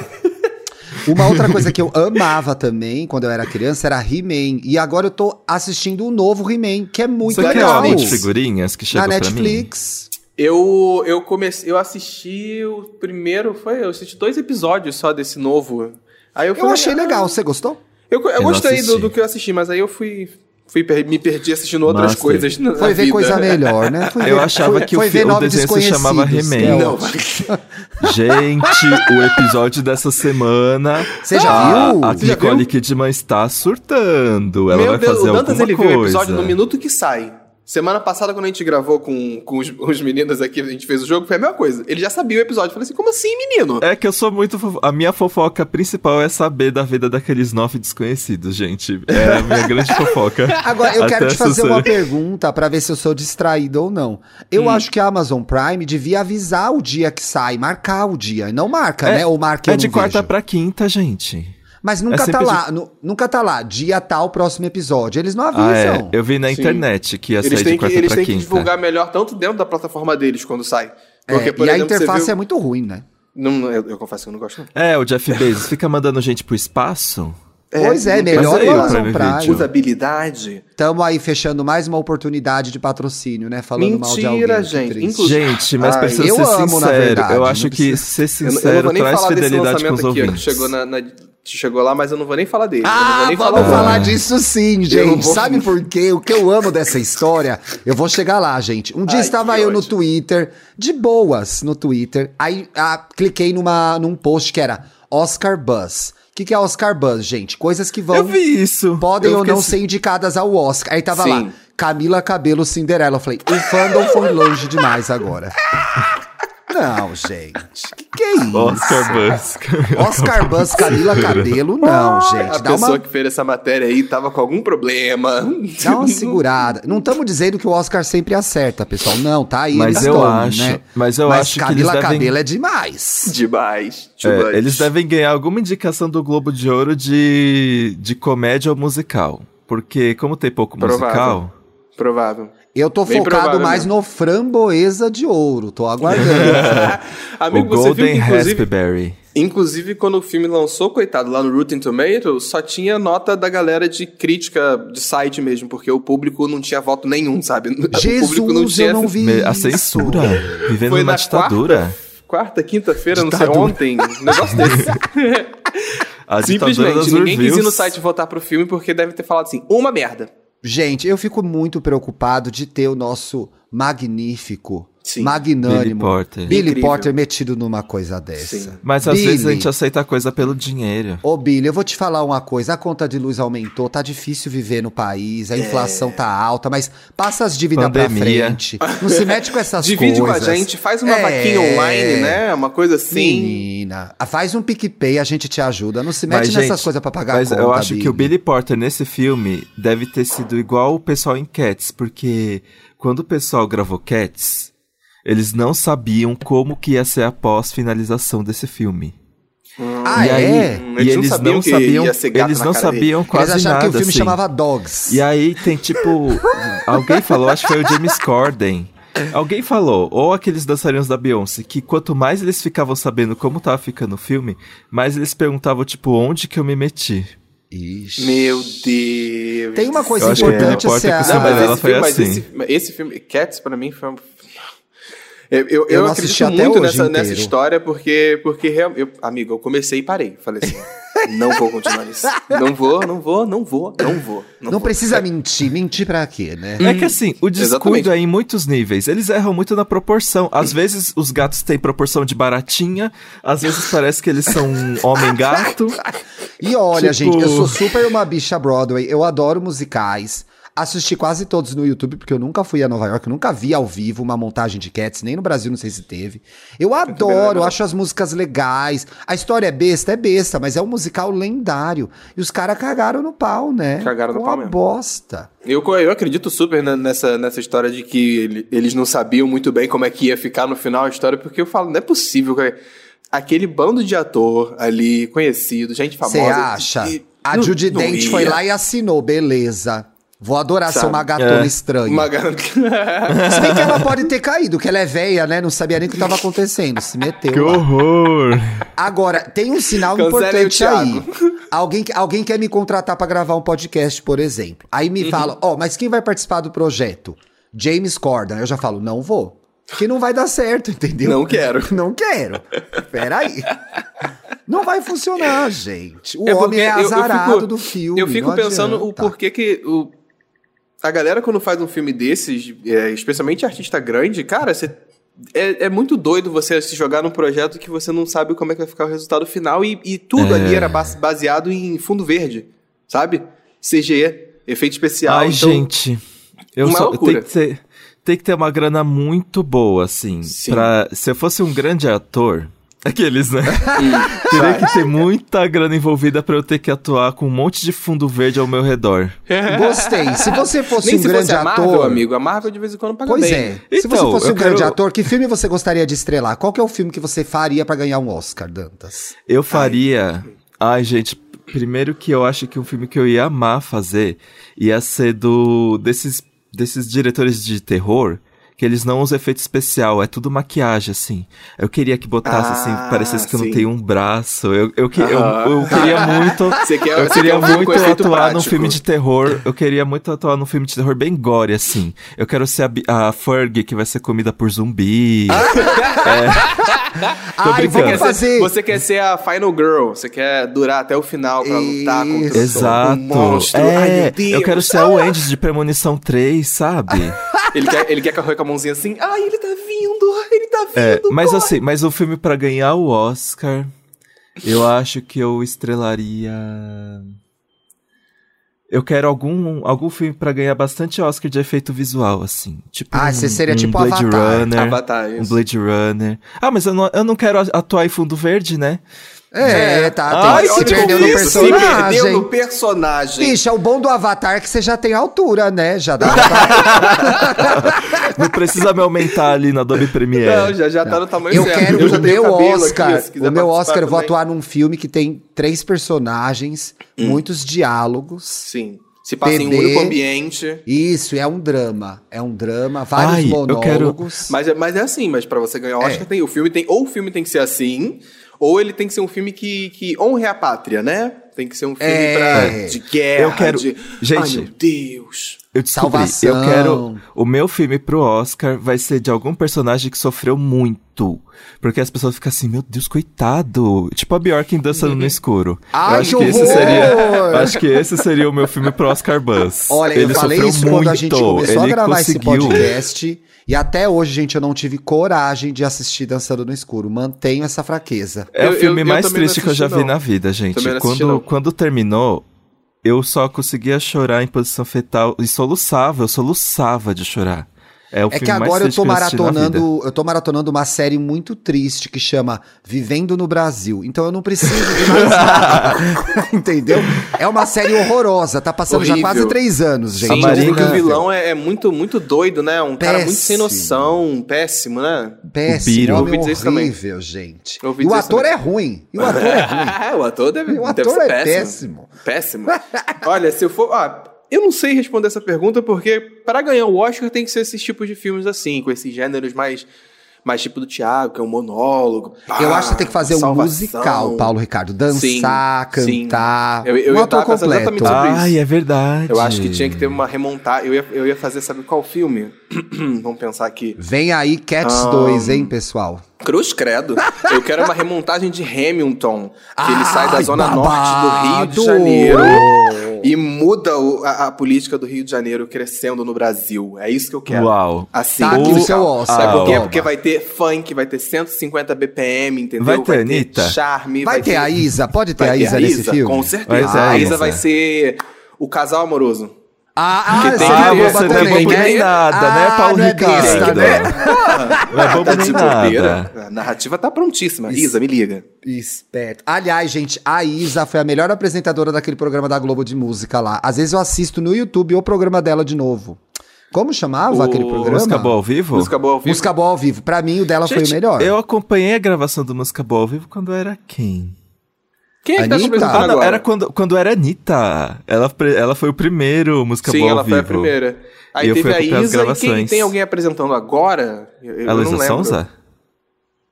S1: Uma outra coisa que eu amava também, quando eu era criança, era He-Man. E agora eu tô assistindo o novo He-Man, que é muito
S2: Isso aqui é
S1: legal.
S2: uma linha de figurinhas que chegou
S1: na
S2: pra mim.
S1: Netflix.
S3: Eu, eu comecei, eu assisti o primeiro, foi, eu assisti dois episódios só desse novo. Aí eu,
S1: Eu
S3: falei,
S1: achei
S3: ah,
S1: legal. Você gostou?
S3: Eu, eu
S2: Eu não
S3: gostei do,
S2: assisti.
S3: do que eu assisti, mas aí eu fui, fui per- me perdi assistindo outras
S2: Master.
S3: coisas. na
S1: Foi ver
S3: vida.
S1: coisa melhor, né? Foi
S2: Eu
S1: ver-
S2: achava que o fi- o
S1: Nove
S2: desenho se chamava
S1: Desconhecidos,
S2: He-Man.
S1: que é
S3: Não,
S1: ótimo.
S2: Gente, o episódio dessa semana.
S1: Você já
S2: a-
S1: viu?
S2: A
S3: Você já
S2: Nicole
S3: viu?
S2: Kidman está surtando. Ela
S3: Meu
S2: vai
S3: Deus,
S2: fazer
S3: o Dantas
S2: alguma
S3: ele
S2: coisa.
S3: viu o episódio no minuto que sai. Semana passada, quando a gente gravou com, com os, os meninos aqui, a gente fez o jogo, foi a mesma coisa. Ele já sabia o episódio. Eu falei assim, como assim, menino?
S2: É que eu sou muito. fofo- A minha fofoca principal é saber da vida daqueles nove desconhecidos, gente. É a minha grande fofoca.
S1: Agora, eu
S2: Até
S1: quero te
S2: essa
S1: fazer uma
S2: semana.
S1: pergunta pra ver se eu sou distraído ou não. Eu
S2: Hum.
S1: acho que a Amazon Prime devia avisar o dia que sai, marcar o dia. Não marca,
S2: É-
S1: né? Ou marca eu
S2: É de
S1: não
S2: quarta
S1: vejo.
S2: pra quinta, gente.
S1: Mas nunca tá
S2: sempre
S1: lá, nu- nunca tá lá, dia tal, próximo episódio. Eles não avisam.
S2: Ah, é. Eu vi na
S3: Sim.
S2: internet que ia
S3: Eles
S2: sair é de
S3: têm, que,
S2: quarta
S3: eles
S2: pra
S3: têm que
S2: quinta.
S3: divulgar melhor tanto dentro da plataforma deles quando sai.
S1: É,
S3: Porque, por
S1: e
S3: exemplo,
S1: a interface
S3: você viu...
S1: é muito ruim, né?
S3: Não, eu, eu confesso que eu não gosto. não.
S2: É, o Jeff Bezos fica mandando gente pro espaço.
S1: pois é,
S3: não tem
S1: melhor
S2: aí o
S1: Amazon
S2: Prime
S1: Prime.
S2: Video.
S3: Usabilidade.
S1: Estamos aí fechando mais uma oportunidade de patrocínio, né? Falando mal de alguém.
S3: Mentira,
S1: que
S3: gente.
S1: triste.
S3: Inclusive-
S2: Gente, mas
S3: Ai,
S2: precisa
S1: eu
S2: ser
S1: amo, na
S2: sincero.
S1: verdade,
S2: eu
S1: não
S2: acho que
S1: precisa-
S2: ser
S3: Eu, não-
S2: sincero
S3: eu não vou nem
S2: traz
S3: falar desse
S2: fidelidade com os
S3: lançamento aqui, ó, que
S2: ouvintes.
S3: chegou, na, na- chegou lá, mas eu não vou nem falar dele. eu não vou
S1: Ah,
S3: nem
S1: vamos
S3: falar.
S1: falar disso sim,
S3: Eu
S1: gente.
S3: vou-
S1: Sabe por quê? O que eu amo dessa história? Eu vou chegar lá, gente. Um dia
S3: Ai,
S1: estava
S3: que
S1: eu no
S3: ódio.
S1: Twitter, de boas no Twitter. Aí ah, cliquei numa, num post que era Oscar Buzz. O que, que é Oscar Buzz, gente? Coisas que
S2: Eu
S1: vão.
S2: vi isso.
S1: Podem
S2: Eu
S1: ou não
S2: fiquei- assim,
S1: ser indicadas ao Oscar. Aí tava
S3: Sim.
S1: lá, Camila Cabelo Cinderela. Eu falei, o fandom foi longe demais agora. Não, gente. Que, que é isso?
S2: Oscar Buzz.
S1: Oscar Buzz, Camila Cabelo,
S2: Ah,
S1: não, gente.
S3: A
S1: dá uma
S3: pessoa que fez essa matéria aí tava com algum problema.
S1: Dá uma segurada. Não estamos dizendo que o Oscar sempre acerta, pessoal. Não, tá aí.
S2: Mas
S1: eles
S2: eu
S1: tão,
S2: acho-
S1: Né?
S2: mas eu acho que
S1: Camila
S2: eles devem-
S1: Cabelo é demais.
S3: Demais. Too much.
S2: É, eles devem ganhar alguma indicação do Globo de Ouro de, de comédia ou musical. Porque, como tem pouco
S3: Provável.
S2: musical.
S3: Provável.
S1: Eu tô
S3: Bem
S1: focado
S3: provável né?
S1: mais no Framboesa de Ouro. Tô aguardando.
S2: O
S3: Amigo, você viu que,
S2: Golden
S3: inclusive,
S2: Raspberry.
S3: inclusive, quando o filme lançou, coitado, lá no Rotten Tomatoes, só tinha nota da galera de crítica de site mesmo, porque o público não tinha voto nenhum, sabe? o
S1: Jesus,
S3: público não tinha
S1: eu não vi.
S2: Me- A
S1: isso.
S2: censura. Vivendo
S3: Foi
S2: numa
S3: na
S2: ditadura.
S3: Quarta, quinta-feira, não sei,
S1: Ditadura.
S3: ontem. Um negócio desse.
S2: A ditadura das
S3: Simplesmente, ninguém quis ir no
S2: reviews.
S3: site votar pro filme porque deve ter falado assim, uma merda.
S1: Gente, eu fico muito preocupado de ter o nosso magnífico,
S3: Sim.
S2: Billy
S1: magnânimo
S2: Porter.
S1: Billy
S3: Incrível.
S1: Porter metido numa coisa dessa.
S3: Sim.
S2: Mas às vezes a
S1: Billy.
S2: gente aceita a coisa pelo dinheiro.
S1: Ô, Billy, eu vou te falar uma coisa. A conta de luz aumentou, tá difícil viver no país, a
S3: É.
S1: inflação tá alta, mas passa as dívidas pra
S2: Pandemia.
S1: frente. Não se mete com essas
S3: Divide
S1: coisas.
S3: com a gente, faz uma
S1: É.
S3: vaquinha online, né? Uma coisa assim.
S1: Menina, ah, faz um PicPay, a gente te ajuda. Não se mete
S2: Mas,
S1: nessas
S2: gente,
S1: coisas pra pagar
S2: Mas
S1: a conta,
S2: eu acho que o Billy Porter nesse filme deve ter sido igual o pessoal em Cats, porque quando o pessoal gravou Cats, eles não sabiam como que ia ser a pós-finalização desse filme.
S1: Ah,
S2: e
S1: é?
S2: aí,
S3: Hum,
S2: e eles não
S3: que
S2: sabiam,
S3: ia ser gato
S2: eles
S3: na
S2: não
S3: cara dele.
S2: sabiam quase
S1: Eles acharam
S2: nada.
S1: que o filme
S2: assim.
S1: chamava Dogs.
S2: E aí tem tipo. alguém falou, acho que foi o James Corden. Alguém falou, ou aqueles dançarinos da Beyoncé, que quanto mais eles ficavam sabendo como tava ficando o filme, mais eles perguntavam, tipo, onde que eu me meti.
S1: Ixi.
S3: Meu Deus.
S1: Tem uma
S3: do
S1: coisa
S2: Eu acho que o
S1: importante
S2: Billy
S1: ser
S2: Porter
S1: a...
S2: com o seu Cinderela
S3: mas esse
S2: foi
S3: filme, mas
S2: assim.
S3: esse, mas esse filme, Cats, pra mim, foi um... Eu, eu,
S1: Eu
S3: eu
S1: não assisti
S3: acredito
S1: até
S3: muito
S1: hoje
S3: nessa, nessa
S1: inteiro.
S3: história, porque, porque real- eu, amigo, eu comecei e parei. Falei assim, não vou continuar nisso. Não vou, não vou, não vou, não vou.
S1: Não,
S3: vou.
S1: precisa mentir. Mentir pra quê, né?
S2: É que assim, o
S3: Exatamente.
S2: descuido é em muitos níveis. Eles erram muito na proporção. Às vezes os gatos têm proporção de baratinha, às vezes parece que eles são um homem-gato.
S1: E olha,
S2: Tipo-
S1: gente, eu sou super uma bicha Broadway, eu adoro musicais. Assisti quase todos no YouTube, porque eu nunca fui a Nova York, eu nunca vi ao vivo uma montagem de Cats, nem no Brasil, não sei se teve. Eu adoro, eu acho as músicas legais. A história é besta, é besta, mas é um musical lendário. E os caras cagaram no pau, né?
S3: Cagaram no
S1: Uma
S3: pau mesmo.
S1: bosta.
S3: Eu, eu acredito super na- nessa, nessa história de que ele- eles não sabiam muito bem como é que ia ficar no final a história, porque eu falo, não é possível. cara. Aquele bando de ator ali, conhecido, gente
S1: Você
S3: famosa.
S1: acha?
S3: e-
S1: A
S3: não-
S1: Judy
S3: não
S1: Dent
S3: ia.
S1: foi lá e assinou, beleza. Vou adorar ser
S3: Sabe?
S1: uma gatona
S2: É.
S1: estranha.
S3: Uma garota.
S1: Se bem que ela pode ter caído, que ela é velha, né? Não sabia nem o que tava acontecendo. Se meteu.
S2: Que
S1: lá.
S2: horror!
S1: Agora, tem um sinal
S3: Cancelem o
S1: importante aí. Alguém, que- alguém quer me contratar pra gravar um podcast, por exemplo. Aí
S3: Uhum.
S1: me fala, ó, mas quem vai participar do projeto? James Corden. Eu já falo, não vou. Porque não vai dar certo, entendeu?
S3: Não quero.
S1: Não quero. Peraí. Não vai funcionar, gente. O
S3: É porque
S1: homem é
S3: eu- eu
S1: azarado
S3: fico-
S1: do filme.
S3: Eu fico
S1: não
S3: pensando o
S1: adianta. tá.
S3: porquê que o... a galera, quando faz um filme desses, é, especialmente artista grande, cara, você- É, é muito doido você se jogar num projeto que você não sabe como é que vai ficar o resultado final e, e tudo
S1: É.
S3: ali era bas- baseado em fundo verde, sabe? CGE, efeito especial.
S2: Ai,
S3: então-
S2: gente. Eu
S3: Uma
S2: só
S3: loucura.
S2: tem que ter tem que ter uma grana muito boa assim,
S3: Sim.
S2: para se eu fosse um grande ator, aqueles, né? Teria que ter muita grana envolvida pra eu ter que atuar com um monte de fundo verde ao meu redor.
S1: Gostei. Se você fosse
S3: Nem
S1: um
S3: se
S1: grande
S3: fosse a Marvel,
S1: ator.
S3: amigo. A Marvel de vez em quando paga
S1: Pois
S3: bem.
S1: é. Se
S2: Então,
S1: você fosse
S2: eu
S1: um grande
S2: quero-
S1: ator, que filme você gostaria de estrelar? Qual que é o filme que você faria pra ganhar um Oscar, Dantas?
S2: Eu faria. Ai, gente, Primeiro que eu acho que um filme que eu ia amar fazer ia ser do desses desses diretores de terror que eles não usam efeito especial, é tudo maquiagem, assim. Eu queria que botasse,
S3: Ah,
S2: assim, parecesse que eu
S3: sim.
S2: não tenho um braço. Eu, eu, que- eu,
S3: Aham.
S2: eu queria muito.
S3: Você quer,
S2: Eu
S3: você
S2: queria
S3: quer um filme
S2: muito
S3: com efeito
S2: atuar num
S3: prático.
S2: filme de terror. Eu queria muito atuar num filme de terror bem gore, assim. Eu quero ser a, Bi- a Ferg que vai ser comida por zumbi.
S3: Ah,
S1: Ai,
S2: brincando.
S3: Você quer,
S1: vamos
S3: ser,
S1: fazer.
S3: você quer ser a Final Girl, você quer durar até o final pra lutar contra
S1: Isso.
S3: o-
S2: Exato.
S3: o um monstro.
S2: É,
S3: Ai, meu Deus. Ah!
S2: eu quero ser o Andy de Premonição 3, sabe?
S3: Ele quer, ele quer correr com a mãozinha assim, ai, ele tá vindo, ele tá vindo.
S2: É, mas assim, mas o filme pra ganhar o Oscar, eu acho que eu estrelaria. Eu quero algum, algum filme pra ganhar bastante Oscar de efeito visual, assim. Tipo
S1: Ah,
S2: um,
S1: você seria
S2: um
S1: tipo
S2: Blade
S1: Avatar.
S2: Runner.
S3: Avatar,
S2: Um
S3: Ah, tá, isso.
S2: Blade Runner. Ah, mas eu não, eu não quero atuar em fundo verde, né?
S1: É, tá. Tem,
S2: Ai,
S1: se
S2: olha
S1: perdeu no
S2: isso,
S3: Se perdeu
S1: personagem.
S3: no personagem.
S1: Bicha, o bom do Avatar é que você já tem altura, né? Já dá pra...
S2: Não precisa me aumentar ali na Adobe
S3: Não,
S2: Premiere.
S3: já, já tá no tamanho
S1: Eu
S3: certo.
S1: quero
S3: Eu já
S1: o
S3: tenho
S1: meu
S3: cabelo aqui,
S1: Oscar.
S3: se quiser
S1: o meu
S3: participar
S1: Oscar, eu vou
S3: também.
S1: atuar num filme que tem três personagens, muitos diálogos.
S3: Sim. Se passa em um
S1: Bebê.
S3: único ambiente.
S1: Isso, e é um drama. É um drama, vários
S2: Ai, eu quero-
S1: monólogos.
S3: Mas, é- mas é assim, mas pra você ganhar o
S1: É.
S3: Oscar, tem, o filme tem, ou o filme tem que ser assim, ou ele tem que ser um filme que, que honre a pátria, né? Tem que ser um filme
S1: É.
S3: pra- de guerra,
S2: Eu quero-
S3: de... Ai,
S2: Gente.
S3: meu Deus.
S2: Eu descobri,
S1: Salvação.
S2: eu quero. O meu filme pro Oscar vai ser de algum personagem que sofreu muito. Porque as pessoas ficam assim, meu Deus, coitado. Tipo a Bjork em Dançando
S1: Uhum.
S2: no Escuro.
S1: Ai,
S2: eu
S1: que
S2: acho que esse
S1: horror!
S2: seria. eu Acho que esse seria o meu filme pro Oscar Buzz.
S1: É. Olha,
S2: ele
S1: eu falei
S2: sofreu
S1: isso
S2: muito.
S1: quando a gente começou
S2: ele
S1: a gravar
S2: conseguiu.
S1: esse podcast. E até hoje, gente, eu não tive coragem de assistir Dançando no Escuro. Mantenho essa fraqueza.
S2: É
S3: Eu-
S2: o
S3: eu-
S2: filme
S3: eu
S2: mais
S3: também não
S2: triste que eu já
S3: assisti,
S2: vi
S3: não.
S2: na vida, gente.
S3: Também não assisti,
S2: Quando,
S3: não.
S2: quando terminou, eu só conseguia chorar em posição fetal e soluçava, eu soluçava de chorar. É o
S1: É
S2: filme
S1: que
S2: mais
S1: agora eu
S2: triste
S1: tô
S2: que eu assisti na vida.
S1: maratonando, eu tô maratonando uma série muito triste que chama Vivendo no Brasil. Então eu não preciso de mais nada. Entendeu? É uma série horrorosa, tá passando já
S3: Horrível.
S1: quase três anos, gente.
S2: A
S3: Sim,
S2: Marina-
S3: dizem que o vilão é, é muito, muito doido, né? Um cara muito sem
S1: Péssimo.
S3: noção, péssimo,
S1: É
S3: né?
S1: Péssimo,
S2: O Biro.
S1: homem
S3: Ouvi dizer isso também.
S1: horrível, gente.
S3: Eu ouvi
S1: E o
S3: dizer
S1: ator
S3: isso
S1: é ruim. E o ator é ruim.
S3: o ator deve,
S1: E o
S3: deve
S1: ator
S3: ser
S1: é
S3: péssimo.
S1: péssimo.
S3: Péssimo. Olha, se eu for. Ah, eu não sei responder essa pergunta porque para ganhar o Oscar tem que ser esses tipos de filmes assim, com esses gêneros mais. Mais tipo do Thiago, que é um monólogo.
S1: Eu
S3: pá,
S1: acho que tem que fazer um
S3: Ah, salvação.
S1: musical, Paulo Ricardo. Dançar,
S3: sim.
S1: cantar.
S3: Eu- eu
S1: um
S3: ia
S1: ator
S3: tava pensando
S1: completo.
S3: exatamente sobre
S2: Ai,
S3: isso.
S2: é verdade.
S3: Eu acho que tinha que ter uma remontada. Eu ia, eu ia fazer, sabe qual filme? Vamos pensar aqui.
S1: Vem aí Cats
S3: Ahn.
S1: 2, hein, pessoal?
S3: Cruz Credo. Eu quero uma remontagem de Hamilton. Que ele sai da
S1: Ai,
S3: zona norte do Rio de
S1: babado!
S3: Janeiro e muda o- a, a política do Rio de Janeiro crescendo no Brasil. É isso que eu quero.
S2: Uau.
S3: Assim,
S1: Tá aqui
S2: o
S3: musical.
S1: seu Oscar,
S3: Sabe por quê?
S1: toma.
S3: Porque vai ter funk, vai ter 150 BPM, entendeu?
S2: Vai ter Anitta?
S3: charme.
S1: Vai ter a Isa? Pode ter
S3: vai
S1: a
S3: ter
S1: Isa nesse filme?
S3: Com certeza.
S2: Vai ter a
S3: a Isa
S2: Isa.
S3: vai ser o casal amoroso.
S1: Ah,
S3: Que
S1: ah,
S3: tem
S1: você
S3: que
S2: ah,
S1: não é
S3: ver,
S2: você
S1: boba
S2: não é
S1: também,
S2: bobo
S3: né?
S2: nem nada, né,
S1: Ah,
S2: Paulo
S1: não é besta,
S2: Ricardo?
S1: né?
S2: Não é bobo
S3: Tá de
S2: nem
S3: bobeira.
S2: nada.
S3: A narrativa tá prontíssima.
S1: Isso.
S3: Isa, me liga.
S1: Esperto. Aliás, gente, a Isa foi a melhor apresentadora daquele programa da Globo de música lá. Às vezes eu assisto no YouTube o programa dela de novo. Como chamava
S3: O-
S1: aquele programa?
S2: Música Boa ao vivo?
S3: Música boa ao vivo.
S1: Música Boa ao vivo. Pra mim, o dela foi o
S2: Gente,
S1: melhor.
S2: Eu acompanhei a gravação do Música Boa ao vivo quando eu era quem?
S3: Quem é que tá te
S1: Anitta?
S3: apresentando
S1: Ah,
S2: Ah, não,
S3: agora?
S2: era quando, quando era Anitta. Ela, pre- ela foi o primeiro Música
S3: Sim,
S2: Boa
S3: ela
S2: ao vivo.
S3: foi a primeira. Aí
S2: E eu
S3: teve
S2: fui
S3: a
S2: acompanhar as
S3: Isa e quem
S2: gravações.
S3: tem alguém apresentando agora? Eu, eu
S2: A
S3: não
S2: Luísa
S3: lembro.
S1: um
S2: Sonza?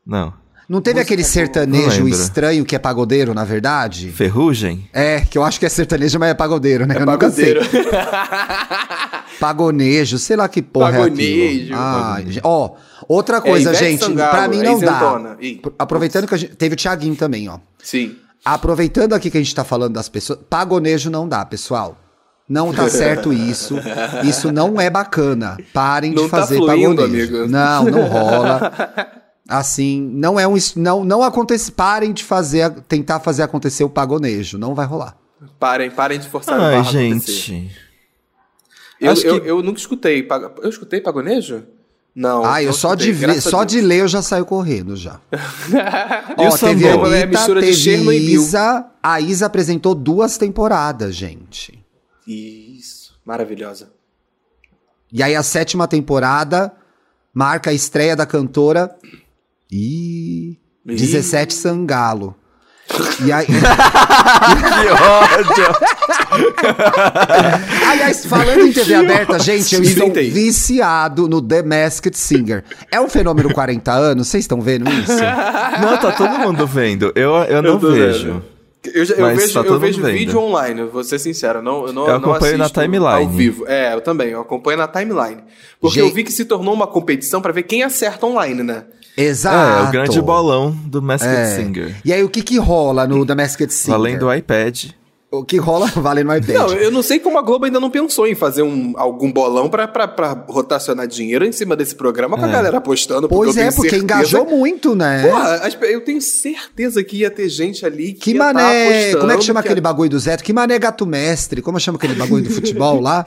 S2: Não.
S1: Não teve
S3: Música
S1: aquele
S3: Boa.
S2: Não
S1: sertanejo
S2: lembro.
S1: estranho que é pagodeiro, na verdade?
S2: Ferrugem?
S1: É, que eu acho que é sertanejo, mas é pagodeiro, né?
S3: É
S1: eu nunca sei.
S3: pagodeiro.
S1: Pagonejo, sei lá que porra
S3: Pagonejo.
S1: é aquilo. Ai, gente, ó, outra
S3: É
S1: coisa,
S3: Ivete
S1: gente,
S3: Sangalo,
S1: pra mim
S3: é
S1: não dá.
S3: isentona. Ih.
S1: Aproveitando que a gente, teve o Thiaguinho também, ó.
S3: Sim.
S1: Aproveitando aqui que a gente tá falando das pessoas, pagonejo não dá, pessoal. Não tá certo isso. Isso não é bacana. Parem
S3: Não
S1: de
S3: tá
S1: fazer
S3: fluindo,
S1: pagonejo.
S3: amigo.
S1: Não, não rola. Assim, não é um es- não não acontece, parem de fazer a- tentar fazer acontecer o pagonejo, não vai rolar.
S3: Parem, parem de forçar o barra
S2: Ai,
S3: a acontecer.
S2: gente.
S3: Eu,
S2: Acho
S3: eu,
S2: que-
S3: eu nunca escutei. paga- Eu escutei pagonejo? Não.
S1: ah, eu
S3: não
S1: só de
S3: escutei,
S1: ver,
S3: graças a
S1: só
S3: Deus.
S1: de ler eu já saio correndo já.
S2: E o
S1: Ó, teve a
S2: sambô?
S1: Anitta,
S3: É mistura de
S1: teve
S3: Chernobyl.
S1: Isa. A Isa apresentou duas temporadas, gente.
S3: Isso. Maravilhosa.
S1: E aí a sétima temporada marca a estreia da cantora e 17 Sangalo. E aí.
S2: Que ódio!
S1: Aliás, falando em TV aberta, gente, eu
S3: Me
S1: estou
S3: inventei.
S1: viciado no The Masked Singer. É um fenômeno 40 anos? Vocês estão vendo isso?
S3: É,
S2: Não, tá todo mundo vendo. Eu, eu não
S3: tô
S2: vejo.
S3: vendo. Eu, já- eu
S2: Mas
S3: vejo,
S2: tá
S3: eu
S2: todo
S3: vejo
S2: mundo
S3: vídeo
S2: vendo.
S3: online, eu vou ser sincero. eu Não, eu não,
S2: Eu
S3: não
S2: acompanho na
S3: assisto
S2: timeline.
S3: Ao vivo. É, eu também, eu acompanho na timeline. Porque
S1: Gente-
S3: eu vi que se tornou uma competição pra ver quem acerta online, né?
S1: Exato.
S2: É, o grande bolão do Masked
S1: É.
S2: Singer.
S1: E aí, o que que rola no The Masked Singer?
S2: Além do iPad.
S1: O que rola valendo iPad.
S3: Não, eu não sei como a Globo ainda não pensou em fazer um, algum bolão pra, pra, pra rotacionar dinheiro em cima desse programa com a
S2: É.
S3: galera apostando.
S1: pois
S3: eu
S1: é,
S3: tenho
S1: porque
S3: certeza-
S1: engajou muito, né?
S3: Porra, as pe- eu tenho certeza que ia ter gente ali que,
S1: Que
S3: ia tá
S1: mané.
S3: apostando
S1: Como é que chama
S3: que-
S1: aquele bagulho do Zeto? Que mané gato mestre? Como chama aquele bagulho do futebol lá?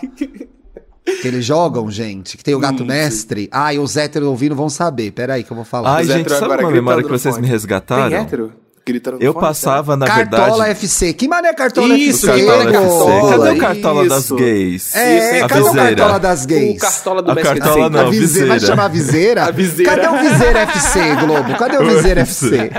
S1: Que eles jogam, gente, que tem o
S3: Não
S1: gato
S3: sei.
S1: mestre. Ah, e os héteros ouvindo vão saber. Peraí que eu vou falar.
S2: Ai,
S3: Zé
S2: gente,
S3: Tro
S2: sabe
S3: agora
S2: uma
S3: gritando
S2: memória
S3: no
S2: que vocês
S3: fone.
S2: me
S3: Tem
S2: resgataram?
S3: hétero? Gritando no
S2: Eu
S3: fone, sério?
S2: passava, na
S1: Cartola
S2: verdade.
S1: FC. Que mané é Cartola
S3: Isso,
S1: FC?
S2: Cartola
S3: Cartola
S2: FC.
S1: Cartola.
S2: Cadê o
S3: Isso.
S2: Cartola das gays?
S1: É,
S3: Isso,
S2: a
S1: cadê o
S2: viseira.
S1: Cartola das
S3: O
S1: gays?
S3: cartola do
S2: A
S3: Masked
S2: cartola
S3: Singer.
S1: A
S2: não.
S1: viseira. Vai
S2: viseira.
S1: chamar viseira?
S3: A viseira.
S1: Cadê o viseira FC, Globo? Cadê o viseira FC?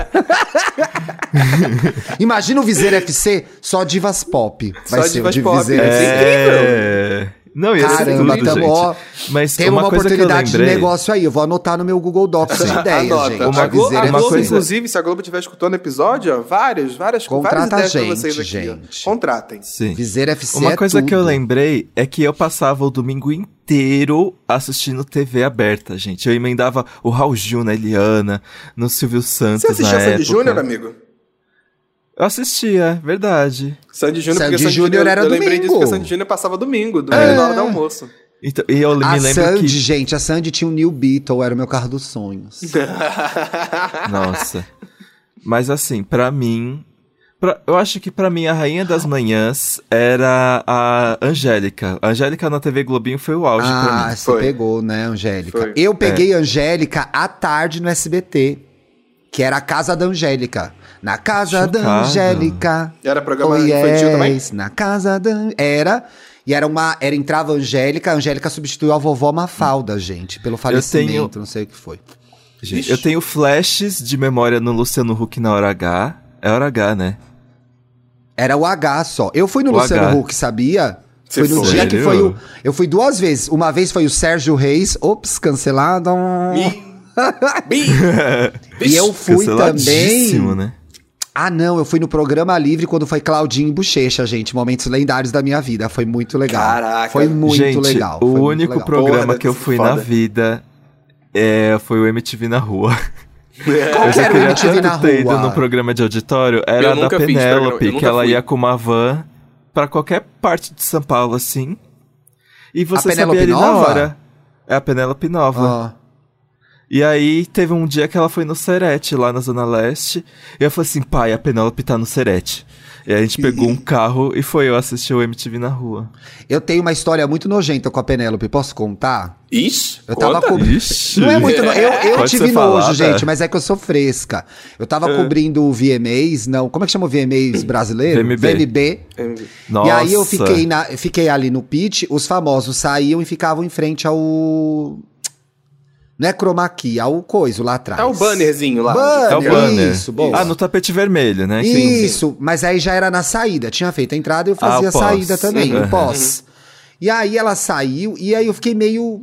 S1: Imagina o viseira FC só divas pop. Vai
S3: Só
S1: ser o
S3: divas
S1: de
S3: pop, né?
S1: viseira
S3: ia ser
S1: FC.
S2: É... Não, ia ser
S1: Caramba,
S2: tudo,
S1: tamo,
S2: gente.
S1: ó,
S2: Mas
S1: Tem
S2: uma,
S1: uma,
S2: coisa que eu
S1: oportunidade de
S2: lembrei...
S1: negócio aí. Eu vou anotar no meu Google Docs de ideias,
S3: Anota.
S1: gente.
S2: Uma
S3: a
S1: A
S3: Globo,
S1: viseira é
S3: a Globo,
S1: FC.
S3: inclusive, se a Globo estiver escutando o episódio, ó, vários, várias, várias
S1: Contrata a
S3: ideias pra
S1: gente,
S3: vocês aqui.
S1: gente.
S3: ó. Contratem.
S2: Sim.
S1: Viseira FC
S2: Uma
S1: é
S2: coisa que eu
S1: tudo.
S2: lembrei é que eu passava o domingo inteiro assistindo TV aberta, gente. Eu emendava o Raul Gil na Eliana, no Silvio Santos
S3: Você assistiu
S2: na
S3: Sandy
S2: época.
S3: Júnior, amigo?
S2: Eu assistia, verdade.
S3: Sandy Júnior,
S1: Sandy
S3: porque Sandy
S1: Júnior
S3: Júnior
S1: era
S3: Eu lembrei disso
S1: domingo. É.
S3: porque Sandy Júnior passava domingo, domingo na hora do almoço.
S2: Então, e eu
S1: A
S2: me lembro
S1: Sandy,
S2: que...
S1: gente, a Sandy tinha um New Beetle, era o meu carro dos sonhos.
S2: Nossa. Mas assim, pra mim... pra- eu acho que pra mim a rainha das manhãs era a Angélica. A Angélica na TV Globinho foi o auge é pra
S1: Ah,
S2: mim. É.
S1: você
S3: Foi.
S1: pegou, né, Angélica?
S3: Foi.
S1: Eu peguei a Angélica à tarde no SBT, que era a casa da Angélica. Na casa da
S2: Chocado.
S1: Angélica.
S3: Era
S1: Oh,
S3: programa infantil também?
S1: yes, na casa da era e era uma era entrava a Angélica, a Angélica substituiu a vovó Mafalda, gente, pelo falecimento, não sei o que foi.
S2: Gente, eu tenho flashes de memória no Luciano Huck na hora H. É hora H, né?
S1: Era o H só. Eu fui no
S2: O
S1: Luciano
S2: H.
S1: Huck, sabia?
S3: Você
S1: foi no
S3: foi?
S1: dia que
S2: Sério?
S1: foi o. Eu fui duas vezes. Uma vez foi o Sérgio Reis. Ops, cancelado.
S3: Mi. Mi.
S1: E eu fui também.
S2: Canceladíssimo, né?
S1: Ah, não, eu fui no programa livre quando foi Claudinho e Bochecha, gente. Momentos lendários da minha vida. Foi muito legal.
S3: Caraca.
S1: Foi muito
S2: Gente,
S1: legal. foi
S2: o
S1: muito
S2: único
S1: legal.
S2: programa
S3: Porra,
S2: que eu fui na
S3: foda.
S2: vida é, foi o MTV na rua.
S1: Qual que
S2: eu
S1: era o
S2: queria
S1: MTV
S2: tanto
S1: na
S2: ter ido no
S1: rua?
S2: programa de auditório. Era
S3: Eu
S2: da
S3: nunca fiz programa, eu
S2: Penélope,
S3: nunca
S2: que ela
S3: fui.
S2: ia com uma van pra qualquer parte de São Paulo, assim. E você
S1: Penélope
S2: sabia ali na
S1: Nova? Ah.
S2: hora. É a Penélope Nova.
S1: Ó,
S2: E aí teve um dia que ela foi no Serete, lá na Zona Leste. E eu falei assim, pai, a Penélope tá no Serete. E aí a gente pegou um carro e foi eu assistir o MTV na rua.
S1: eu tenho uma história muito nojenta com a Penélope. Posso contar?
S3: Ixi,
S1: Eu tava
S3: conta.
S1: com-
S2: Ixi.
S1: Não é muito. no- Eu, eu
S2: Pode
S1: tive
S2: ser
S1: nojo,
S2: falada.
S1: gente, mas é que eu sou fresca. Eu tava cobrindo o VMAs, não. Como é que chama o VMAs brasileiro?
S2: VMB.
S1: VMB.
S2: Nossa.
S1: E aí eu fiquei, na- fiquei ali no pit, os famosos saíam e ficavam em frente ao. Não é chroma key, ao coiso lá atrás.
S3: É o bannerzinho lá.
S1: Banner.
S2: É o banner.
S1: Isso, boa.
S2: Ah, no tapete vermelho, né? Sim.
S1: Isso, mas aí já era na saída. Tinha feito a entrada e eu fazia
S2: Ah,
S1: a
S2: o pós.
S1: saída também,
S2: Uhum.
S1: o pós. E aí ela saiu e aí eu fiquei meio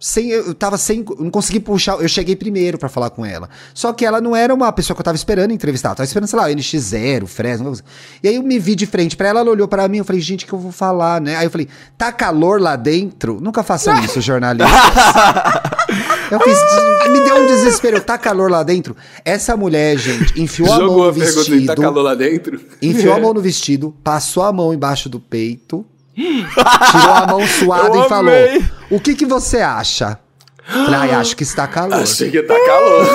S1: sem eu tava sem, eu não consegui puxar, eu cheguei primeiro pra falar com ela. Só que ela não era uma pessoa que eu tava esperando entrevistar, eu tava esperando, sei lá, o NX0, o Fresno, alguma coisa. E aí eu me vi de frente pra ela, ela olhou pra mim, eu falei: "Gente, o que eu vou falar, né?" Aí eu falei: "Tá calor lá dentro? Nunca façam isso, jornalistas." Eu fiz, me deu um desespero, tá calor lá dentro. Essa mulher, gente, enfiou a mão
S3: Jogou
S1: no
S3: a pergunta e tá
S1: vestido.
S3: calor lá dentro?
S1: Enfiou a mão no vestido, passou a mão embaixo do peito, tirou a mão suada
S2: Eu
S1: e falou:
S2: amei.
S1: O que, que você acha? Falei, ai, acho que está calor.
S3: Achei que tá calor.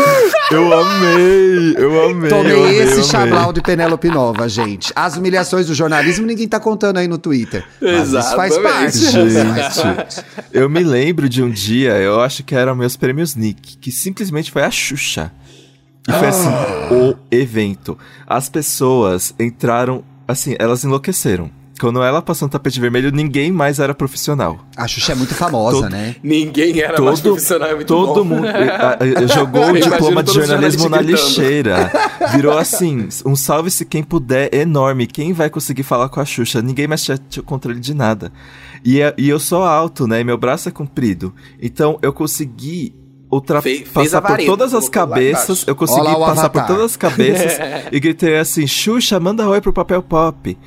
S2: Eu amei, eu amei.
S1: Tomei
S2: eu amei, eu
S1: esse
S2: amei.
S1: chablau de Penélope Nova, gente. As humilhações do jornalismo ninguém tá contando aí no Twitter. Mas isso faz parte.
S3: Exatamente.
S1: isso faz parte.
S2: Eu me lembro de um dia, eu acho que eram meus prêmios Nick, que simplesmente foi a Xuxa. E foi assim, o evento. As pessoas entraram, assim, elas enlouqueceram. Quando ela passou no tapete vermelho, ninguém mais era profissional.
S1: A Xuxa é muito famosa,
S2: Todo-
S1: né?
S3: Ninguém era mais
S2: Todo-
S3: profissional, é muito
S2: Todo
S3: bom.
S2: mundo eh, eh, jogou
S3: Eu
S2: o
S3: imagino
S2: diploma de
S3: todos os
S2: jornalismo na
S3: jornalistas
S2: lixeira. Virou assim, um salve-se quem puder enorme. Quem vai conseguir falar com a Xuxa? Ninguém mais tinha tinha controle de nada. E, eh, e eu sou alto, né? E meu braço é comprido. Então eu consegui
S3: Fe- fez
S2: ultrapassar
S3: a
S2: por
S3: vareta,
S2: todas as
S3: colocou lá
S2: cabeças.
S3: embaixo.
S2: Eu consegui
S1: Olha lá o
S2: passar por
S1: avatar. É.
S2: todas as cabeças e gritei assim: Xuxa, manda oi pro papel pop.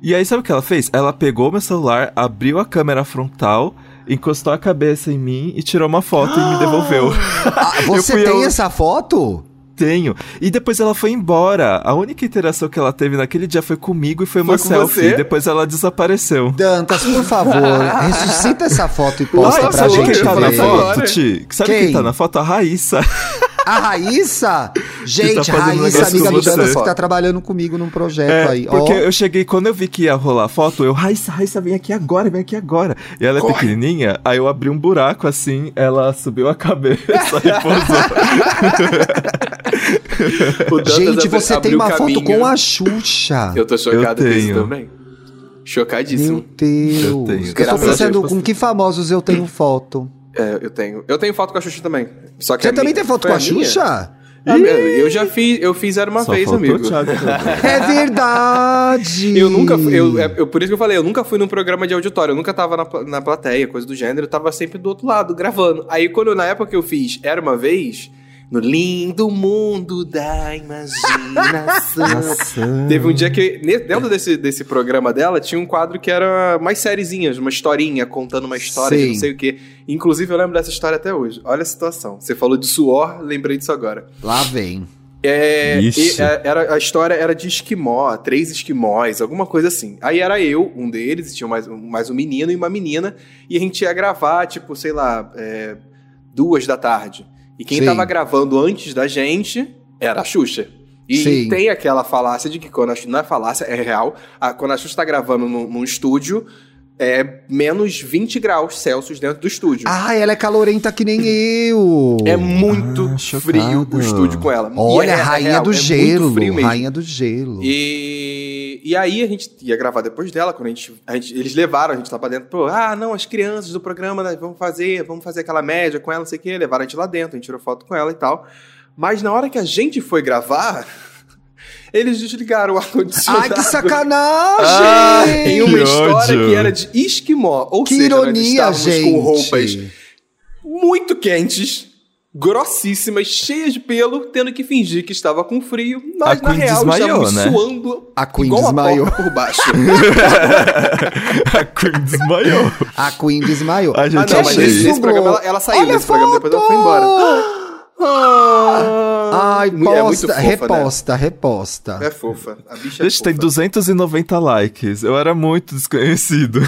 S2: E aí, sabe o que ela fez? Ela pegou meu celular, abriu a câmera frontal, encostou a cabeça em mim e tirou uma foto e me devolveu.
S1: Ah,
S2: fui
S1: você tem
S2: eu.
S1: essa foto?
S2: Tenho. E depois ela foi embora. A única interação que ela teve naquele dia foi comigo e foi uma
S3: Foi com
S2: selfie.
S3: você?
S2: E depois ela desapareceu.
S1: Dantas, por favor, ressuscita essa foto e posta
S3: Nossa,
S1: pra
S3: eu
S1: gente
S2: quem tá na
S3: falei
S1: ver.
S2: foto,
S3: agora.
S2: Ti? Sabe
S1: Quem?
S2: quem tá na foto? A Raíssa.
S1: A Raíssa?
S2: tá
S1: Gente,
S2: fazendo
S1: Raíssa,
S2: negócio
S1: amiga
S2: com
S1: do
S2: você.
S1: Dantas, que tá trabalhando comigo num projeto
S2: É,
S1: aí.
S2: porque
S1: Ó,
S2: eu cheguei, quando eu vi que ia rolar a foto, eu, Raíssa, Raíssa, vem aqui agora, vem aqui agora. E ela é
S3: Corre.
S2: pequenininha, aí eu abri um buraco assim, ela subiu a cabeça e pousou.
S3: O Dantas
S1: Gente,
S3: abri-
S1: você tem
S3: abriu
S1: uma foto
S3: caminho.
S1: com a Xuxa.
S3: Eu tô chocado
S2: Eu
S3: com isso
S2: tenho.
S3: também. Chocadíssimo.
S1: Meu Deus.
S2: Eu
S1: Eu,
S2: tenho.
S1: tô
S3: Graças a
S1: pensando
S3: Deus,
S1: com que famosos eu tenho foto.
S3: É, eu tenho. Eu tenho foto com a Xuxa também. Só que
S1: Você
S3: a
S1: também
S3: minha-
S1: tem foto
S3: foi
S1: com a
S3: minha?
S1: Xuxa?
S3: Ah, meu, eu já fiz, eu fiz era uma
S2: Só
S3: vez,
S2: faltou
S3: amigo.
S2: o Thiago.
S1: É verdade!
S3: Eu nunca fui, eu, é- eu- por isso que eu falei, eu nunca fui num programa de auditório, eu nunca tava na, pla- na plateia, coisa do gênero, eu tava sempre do outro lado, gravando. Aí quando na época que eu fiz Era Uma Vez, no lindo mundo da imaginação. Teve um dia que, ne- dentro desse, desse programa dela, tinha um quadro que era mais sériezinhas, uma historinha, contando uma história de
S1: Sim.
S3: não sei o quê. Inclusive, eu lembro dessa história até hoje. Olha a situação. Você falou de suor, lembrei disso agora.
S1: Lá vem.
S3: É,
S2: Ixi.
S3: e a- era, a história era de esquimó, três esquimós, alguma coisa assim. Aí era eu, um deles, e tinha mais, um- mais um menino e uma menina, e a gente ia gravar, tipo, sei lá, é, duas da tarde. E quem
S1: Sim.
S3: tava gravando antes da gente era a Xuxa. E
S1: Sim.
S3: tem aquela falácia de que quando a Xuxa, não é falácia, é real, a- quando a Xuxa tá gravando num, num estúdio, é menos 20 graus Celsius dentro do estúdio.
S1: Ah, ela é calorenta que nem eu!
S3: É muito
S2: Ah, chocado.
S3: frio o estúdio com ela. E
S1: Olha,
S3: é- é
S1: rainha
S3: real,
S1: do
S3: é muito
S1: gelo,
S3: frio mesmo.
S1: rainha do gelo.
S3: E, e aí a gente ia gravar depois dela, quando a gente, a gente- Eles levaram a gente lá pra dentro. Pô, ah, não, as crianças do programa, né, vamos fazer, vamos fazer aquela média com ela, não sei o quê. Levaram a gente lá dentro, a gente tirou foto com ela e tal. Mas na hora que a gente foi gravar, eles desligaram o ar-condicionado.
S1: Ai, que sacanagem!
S2: Ah,
S3: Em uma
S2: Que
S3: história
S2: ódio.
S3: que era de esquimó. Ou
S1: que
S3: seja, nós
S1: ironia,
S3: estávamos
S1: gente!
S3: com roupas muito quentes, grossíssimas, cheias de pelo, tendo que fingir que estava com frio, mas
S2: A
S3: na
S2: Queen
S3: real
S2: desmaiou,
S3: estávamos
S2: né?
S3: suando
S1: A Queen
S3: igual
S1: desmaiou.
S3: a porca por baixo.
S2: a Queen desmaiou.
S1: A Queen desmaiou.
S2: A gente
S3: ah, não, mas
S2: achei.
S3: nesse, nesse
S1: Sublou.
S3: programa ela, ela saiu
S1: Olha a
S3: desse programa, depois ela foi embora.
S1: Ai,
S3: Mu- é muito
S1: posta,
S3: fofa,
S1: reposta, reposta.
S3: Né? É fofa. A bicha é
S2: Gente, tem
S3: fofa.
S2: 290 likes. Eu era muito desconhecido.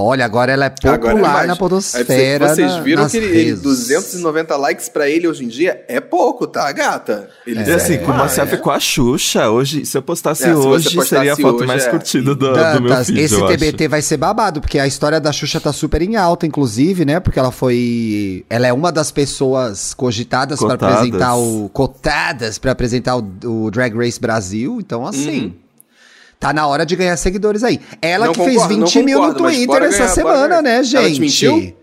S1: Olha, agora ela é
S3: Agora é
S1: popular
S3: mais.
S1: na
S3: Aí você-
S1: podosfera.
S3: vocês
S1: na-
S3: viram
S1: nas
S3: que ele, ele-
S1: redes.
S3: 290 likes pra ele hoje em dia é pouco, tá, gata? Ele
S2: E assim,
S3: é,
S2: com uma
S3: ah,
S2: selfie
S3: é.
S2: com a Xuxa, hoje, se eu postasse
S3: É, se você
S2: hoje,
S3: postasse
S2: seria a foto
S3: hoje,
S2: mais
S3: é.
S2: curtida do, do meu
S1: Dantas,
S2: feed,
S1: esse
S2: eu acho.
S1: TBT vai ser babado, porque a história da Xuxa tá super em alta, inclusive, né? Porque ela foi. Ela é uma das pessoas cogitadas pra
S2: Cotadas.
S1: apresentar o. Cotadas pra apresentar o, o Drag Race Brasil. Então, assim.
S3: Uhum.
S1: Tá na hora de ganhar seguidores aí. Ela
S3: Não
S1: que fez
S3: concordo, não
S1: 20 mil
S3: concordo,
S1: no
S3: mas
S1: Twitter
S3: bora
S1: essa
S3: ganhar, bora
S1: semana,
S3: ganhar.
S1: né, gente?
S3: Ela te mentiu?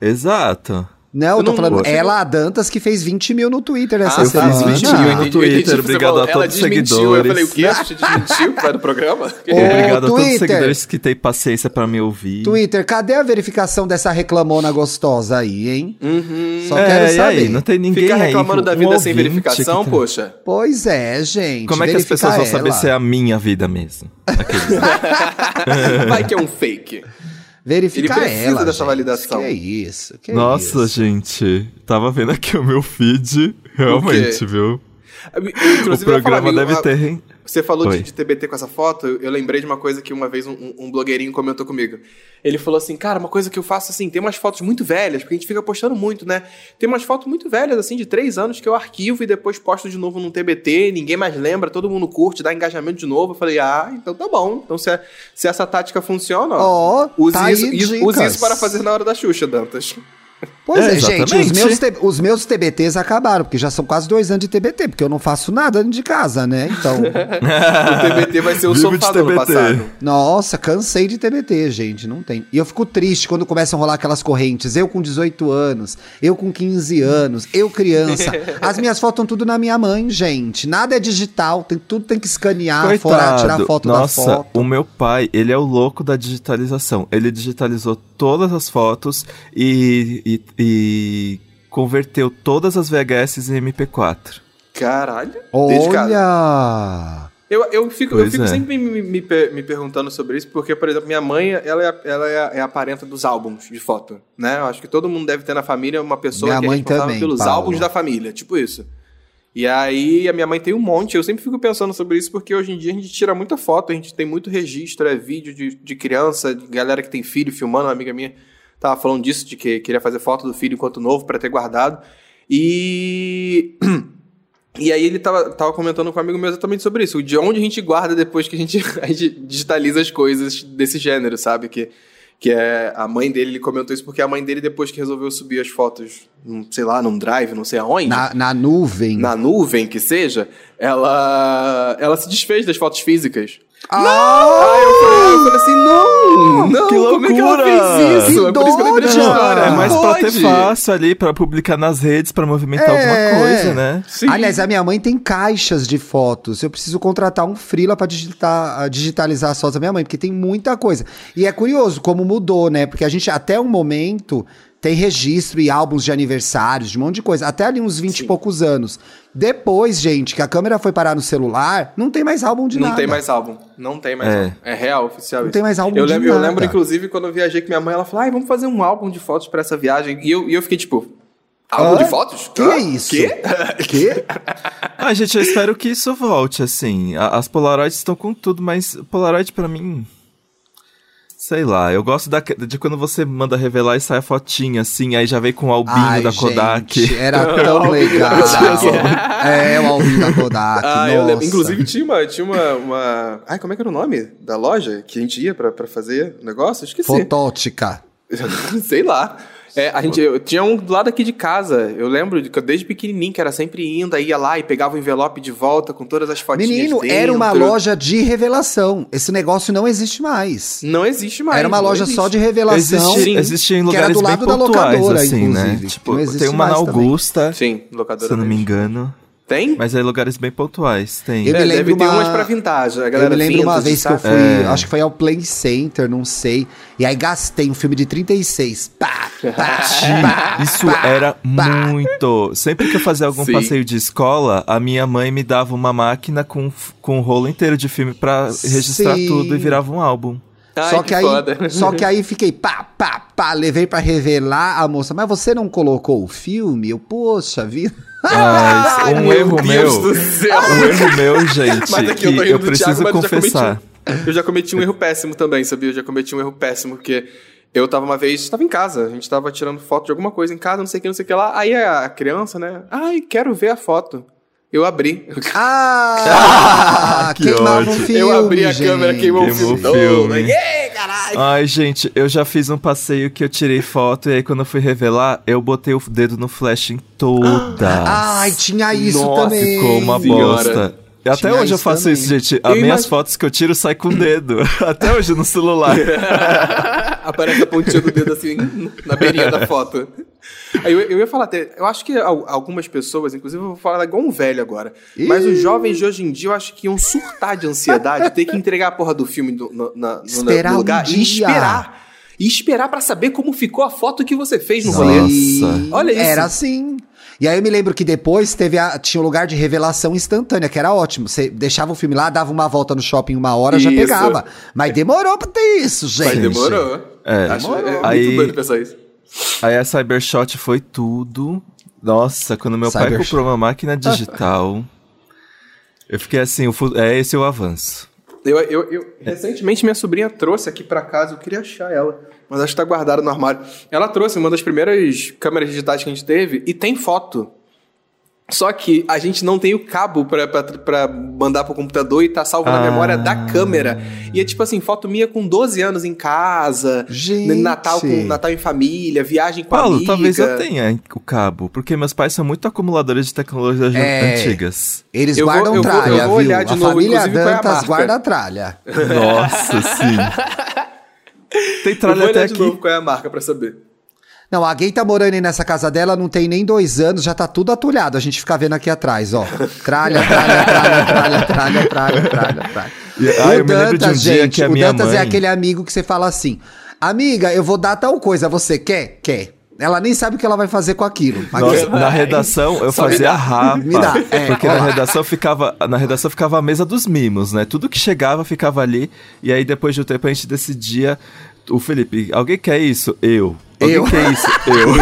S2: Exato.
S1: Não, eu
S3: Eu
S1: tô
S3: não-
S1: falando.
S3: você não-
S1: Ela, a Dantas, que fez 20 mil no Twitter
S3: Ah,
S1: essa
S2: eu
S1: semana.
S2: fiz 20 mil no
S3: entendi,
S2: Twitter,
S3: entendi. Você
S2: obrigado
S3: falou,
S2: a
S3: ela
S2: todos os
S3: desmentiu. Eu
S2: seguidores.
S3: falei, o quê? A Xuxa desmentiu? Vai do programa?
S1: Ô,
S2: Obrigado a todos os
S1: Twitter.
S2: seguidores que têm paciência pra me ouvir.
S1: Twitter, cadê a verificação dessa reclamona gostosa aí, hein?
S3: Uhum.
S1: Só
S2: é,
S1: quero
S2: e
S1: saber.
S2: aí, não tem ninguém
S3: Fica
S2: aí,
S3: reclamando da
S2: um
S3: vida sem
S2: ouvinte
S3: verificação,
S2: que tá-
S3: poxa.
S1: Pois é, gente.
S2: Como é que as
S1: verifica
S2: pessoas vão saber
S1: ela.
S2: se é a minha vida mesmo?
S3: Vai que é um fake.
S1: Verificar
S3: Ele precisa
S1: ela,
S3: dessa
S1: gente.
S3: validação.
S1: Que isso? Que
S2: Nossa,
S1: isso?
S2: gente, tava vendo aqui o meu feed, realmente, viu?
S3: Inclusive, eu ia
S2: o programa
S3: falar, amigo,
S2: deve
S3: a-
S2: ter... hein?
S3: Você falou de,
S2: Oi.
S3: de TBT com essa foto, eu eu lembrei de uma coisa que uma vez um, um- um blogueirinho comentou comigo. Ele falou assim, cara, uma coisa que eu faço assim, tem umas fotos muito velhas, porque a gente fica postando muito, né? Tem umas fotos muito velhas, assim, de três anos, que eu arquivo e depois posto de novo num TBT, ninguém mais lembra, todo mundo curte, dá engajamento de novo. Eu falei, ah, então tá bom. Então se, é- se essa tática funciona, ó,
S1: Ó,
S3: use,
S1: tá
S3: isso,
S1: aí
S3: isso-
S1: dicas.
S3: use isso para fazer na hora da Xuxa, Dantas.
S1: Pois
S2: É,
S1: é, gente, os
S2: exatamente.
S1: meus, T- os meus TBTs acabaram, porque já são quase dois anos de TBT, porque eu não faço nada dentro de casa, né? Então,
S3: O TBT vai ser o
S2: Vivo de
S3: sofá do ano
S2: TBT.
S3: passado.
S1: nossa, cansei de TBT, gente, não tem. E eu fico triste quando começam a rolar aquelas correntes. Eu com 18 anos, eu com 15 anos, eu criança. As minhas fotos estão tudo na minha mãe, gente. Nada é digital, tem, tudo tem que escanear, forar, Ah, tirar foto
S2: Nossa,
S1: da foto.
S2: o meu pai, ele é o louco da digitalização. Ele digitalizou todas as fotos e, e- e converteu todas as VHS em MP4.
S3: Caralho. dedicado.
S1: Olha!
S3: Eu, eu fico, eu
S2: Pois
S3: fico
S2: é.
S3: sempre me, me- me per- me perguntando sobre isso, porque, por exemplo, minha mãe, ela é, a- ela é, a- é a parenta dos álbuns de foto, né? Eu acho que todo mundo deve ter na família uma pessoa
S1: Minha
S3: que
S1: mãe
S3: é responsável
S1: também,
S3: pelos
S1: Paulo.
S3: álbuns da família, tipo isso. E aí, a minha mãe tem um monte, eu sempre fico pensando sobre isso, porque hoje em dia a gente tira muita foto, a gente tem muito registro, é vídeo de, de criança, de galera que tem filho filmando, uma amiga minha tava falando disso, de que queria fazer foto do filho enquanto novo pra ter guardado. E e aí ele tava, tava comentando com um amigo meu exatamente sobre isso, de onde a gente guarda depois que a gente, a gente digitaliza as coisas desse gênero, sabe? Que, que é a mãe dele, ele comentou isso porque a mãe dele, depois que resolveu subir as fotos, num, sei lá, num drive, não sei aonde, na,
S1: Na, na nuvem.
S3: nuvem que seja, ela, ela se desfez das fotos físicas.
S1: Ah,
S3: Aí eu falei, eu falei assim, não, não,
S2: que
S3: como é que ela
S2: loucura!
S3: fez isso?
S1: Que
S3: é por isso que eu lembrei
S1: doida!
S3: da história.
S2: É
S1: Ah,
S2: mais pra ter
S3: Pode.
S2: fácil ali, pra publicar nas redes, pra movimentar
S1: É.
S2: alguma coisa, né?
S3: Sim.
S1: Aliás, a minha mãe tem caixas de fotos. Eu preciso contratar um freela pra digitar, ah, digitalizar as fotos da minha mãe, porque tem muita coisa. E é curioso como mudou, né? Porque a gente, até um momento, tem registro e álbuns de aniversários, de um monte de coisa. Até ali uns 20 e
S3: Sim.
S1: poucos anos. Depois, gente, que a câmera foi parar no celular, não tem mais álbum de
S3: não
S1: nada.
S3: tem mais álbum. Não tem mais
S2: É.
S3: álbum. É real, oficial
S1: Não
S3: isso.
S1: tem mais álbum
S3: Eu
S1: de
S3: lembro, eu
S1: nada.
S3: lembro, inclusive, quando eu viajei com minha mãe, ela falou: Ai, vamos fazer um álbum de fotos pra essa viagem. E eu, e eu fiquei tipo: Álbum
S1: Hã?
S3: de fotos?
S1: Que
S3: Hã?
S1: é isso?
S3: Quê?
S1: Quê?
S2: Ah, gente, eu espero que isso volte, assim. A- As Polaroids estão com tudo, mas Polaroid pra mim. Sei lá, eu gosto da, de quando você manda revelar e sai a fotinha, assim, aí já vem com o albinho
S1: Ai,
S2: da
S1: gente,
S2: Kodak.
S1: era tão legal. é, o álbum da Kodak.
S3: Ah, eu lembro.
S1: nossa.
S3: Inclusive, tinha, uma, tinha uma, uma. Ai, como é que era o nome da loja que a gente ia pra, pra fazer o negócio? Esqueci.
S1: Fotótica.
S3: Sei lá. É, a gente, eu tinha um do lado aqui de casa. Eu lembro de, que eu desde pequenininho que era sempre indo, aí ia lá e pegava o envelope de volta com todas as fotinhas.
S1: Menino, era uma
S3: dentro.
S1: loja de revelação. Esse negócio não existe mais.
S3: Não existe mais.
S1: era uma
S3: não
S1: loja
S3: existe.
S1: só de revelação.
S2: Existe,
S3: Sim.
S2: existia em
S1: Que era
S2: lugares
S1: do
S2: bem
S1: lado da
S2: pontuais,
S1: locadora,
S2: assim,
S1: inclusive,
S2: né?
S1: que não
S2: Tipo,
S1: existe
S2: tem uma na
S1: mais também.
S2: Augusta,
S3: Sim, locadora.
S2: se eu não me
S3: mesmo.
S2: engano.
S3: Tem?
S2: Mas é em lugares bem pontuais, tem.
S1: Eu- me
S3: é,
S1: lembro
S3: deve ter
S1: uma-
S3: umas pra vintage. A
S1: Eu
S3: galera
S1: me
S3: É.
S1: lembro
S3: vintage,
S1: uma vez que eu
S3: sabe?
S1: fui, acho que foi ao Play Center, não sei. E aí gastei um filme de 36. Pá, pá, pá,
S2: Isso
S1: pá.
S3: é.
S2: era muito. Sempre que eu fazia algum
S3: Sim.
S2: passeio de escola, a minha mãe me dava uma máquina com, f- com um rolo inteiro de filme pra registrar
S1: Sim.
S2: tudo e virava um álbum.
S3: Ai,
S1: só que, aí,
S3: foda.
S1: só que aí fiquei pá, pá, pá, levei pra revelar a moça. Mas você não colocou o filme? Eu, poxa vida. Ah, é
S2: Mas um
S3: Meu
S2: erro
S3: Deus
S2: meu.
S3: do céu.
S2: Um erro meu, gente,
S3: Mas aqui eu tô
S2: que
S3: rindo
S2: eu
S3: do Thiago,
S2: preciso
S3: mas
S2: confessar.
S3: eu já cometi. Eu já cometi um erro péssimo também, sabia? Eu já cometi um erro péssimo, porque eu tava uma vez, tava em casa, a gente tava tirando foto de alguma coisa em casa, não sei o que, não sei o que lá. Aí a criança, né? Ai, quero ver a foto. Eu abri.
S1: Ah!
S2: Que
S1: queimava o
S2: ódio.
S1: filme.
S3: eu abri a
S1: gente.
S3: câmera, queimou o
S2: Queimou
S3: filme.
S2: o filme.
S3: todo. Ei, caralho!
S2: Ai, gente, eu já fiz um passeio que eu tirei foto e aí quando eu fui revelar, eu botei o dedo no flash em toda.
S1: Ai, tinha isso
S3: Nossa,
S1: também.
S2: Ficou uma
S3: Senhora.
S2: bosta. E Até
S1: Tinha
S2: hoje eu
S1: isso
S2: faço
S1: também.
S2: isso, gente. As
S3: Eu
S2: minhas
S3: imag-
S2: fotos que eu tiro sai com o dedo. Até hoje no celular.
S1: É.
S3: Aparece a pontinha do dedo assim na beirinha da foto. Aí eu, eu ia falar até. Eu acho que al- algumas pessoas, inclusive, eu vou falar igual um velho agora. Mas os jovens de hoje em dia, eu acho que iam surtar de ansiedade, ter que entregar a porra do filme do- no, na- no-
S1: Esperar
S3: no
S1: um
S3: lugar
S1: dia.
S3: e esperar. E esperar pra saber como ficou a foto que você fez no
S2: Nossa.
S3: rolê. Olha
S1: Olha
S3: isso.
S1: Era assim. E aí eu me lembro que depois teve a- tinha um lugar de revelação instantânea, que era ótimo. Você deixava o filme lá, dava uma volta no shopping uma hora, já
S3: Isso.
S1: pegava. Mas demorou pra ter isso, gente.
S3: Mas demorou.
S2: É.
S3: Acho
S2: Demorou.
S3: é muito
S2: Aí-
S3: doido pensar isso.
S2: Aí a Cybershot foi tudo. Nossa, quando meu pai
S1: Cybershot.
S2: comprou uma máquina digital, eu fiquei assim, o fu- é esse o avanço.
S3: Eu, eu, eu- recentemente minha sobrinha trouxe aqui pra casa, eu queria achar ela, mas acho que tá guardada no armário. Ela trouxe uma das primeiras câmeras digitais que a gente teve e tem foto. Só que a gente não tem o cabo pra, pra, pra mandar pro computador e tá salvo na
S2: Ah.
S3: memória da câmera. E é tipo assim, foto minha com 12 anos em casa,
S1: Gente.
S3: Natal com Natal em família, viagem com
S2: Paulo,
S3: amiga.
S2: talvez eu tenha o cabo, porque meus pais são muito acumuladores de tecnologias
S1: É.
S2: antigas.
S1: Eles
S3: Eu vou-
S1: guardam
S3: eu vou- eu
S1: tralha,
S3: vou
S1: viu?
S3: olhar de
S1: a
S3: novo,
S1: família
S3: inclusive, qual é a
S1: Dantas
S3: marca.
S1: guarda a tralha.
S2: Nossa, sim. Tem
S3: Eu vou
S2: tralha até
S3: olhar de
S2: aqui.
S3: novo qual é a marca pra saber.
S1: Não, a gay tá morando aí nessa casa dela, não tem nem dois anos, já tá tudo atulhado. A gente fica vendo aqui atrás, ó. Tralha, tralha, tralha, tralha, tralha, tralha, tralha, tralha.
S2: E- ah, eu me lembro de um dia que a
S1: o
S2: minha
S1: Dantas é
S2: mãe-
S1: aquele amigo que você fala assim: Amiga, eu vou dar tal coisa, você quer? Quer. Ela nem sabe o que ela vai fazer com aquilo. Mas
S2: Nossa,
S1: você-
S2: na redação eu
S3: Só me
S2: fazia
S3: dá.
S2: a rapa.
S1: Me dá, é,
S2: porque
S1: ó
S2: na
S1: lá.
S2: redação ficava, na redação ficava a mesa dos mimos, né? Tudo que chegava ficava ali e aí depois de um tempo a gente decidia o Felipe, alguém quer isso? Eu. Alguém
S1: Eu.
S2: quer isso? Eu.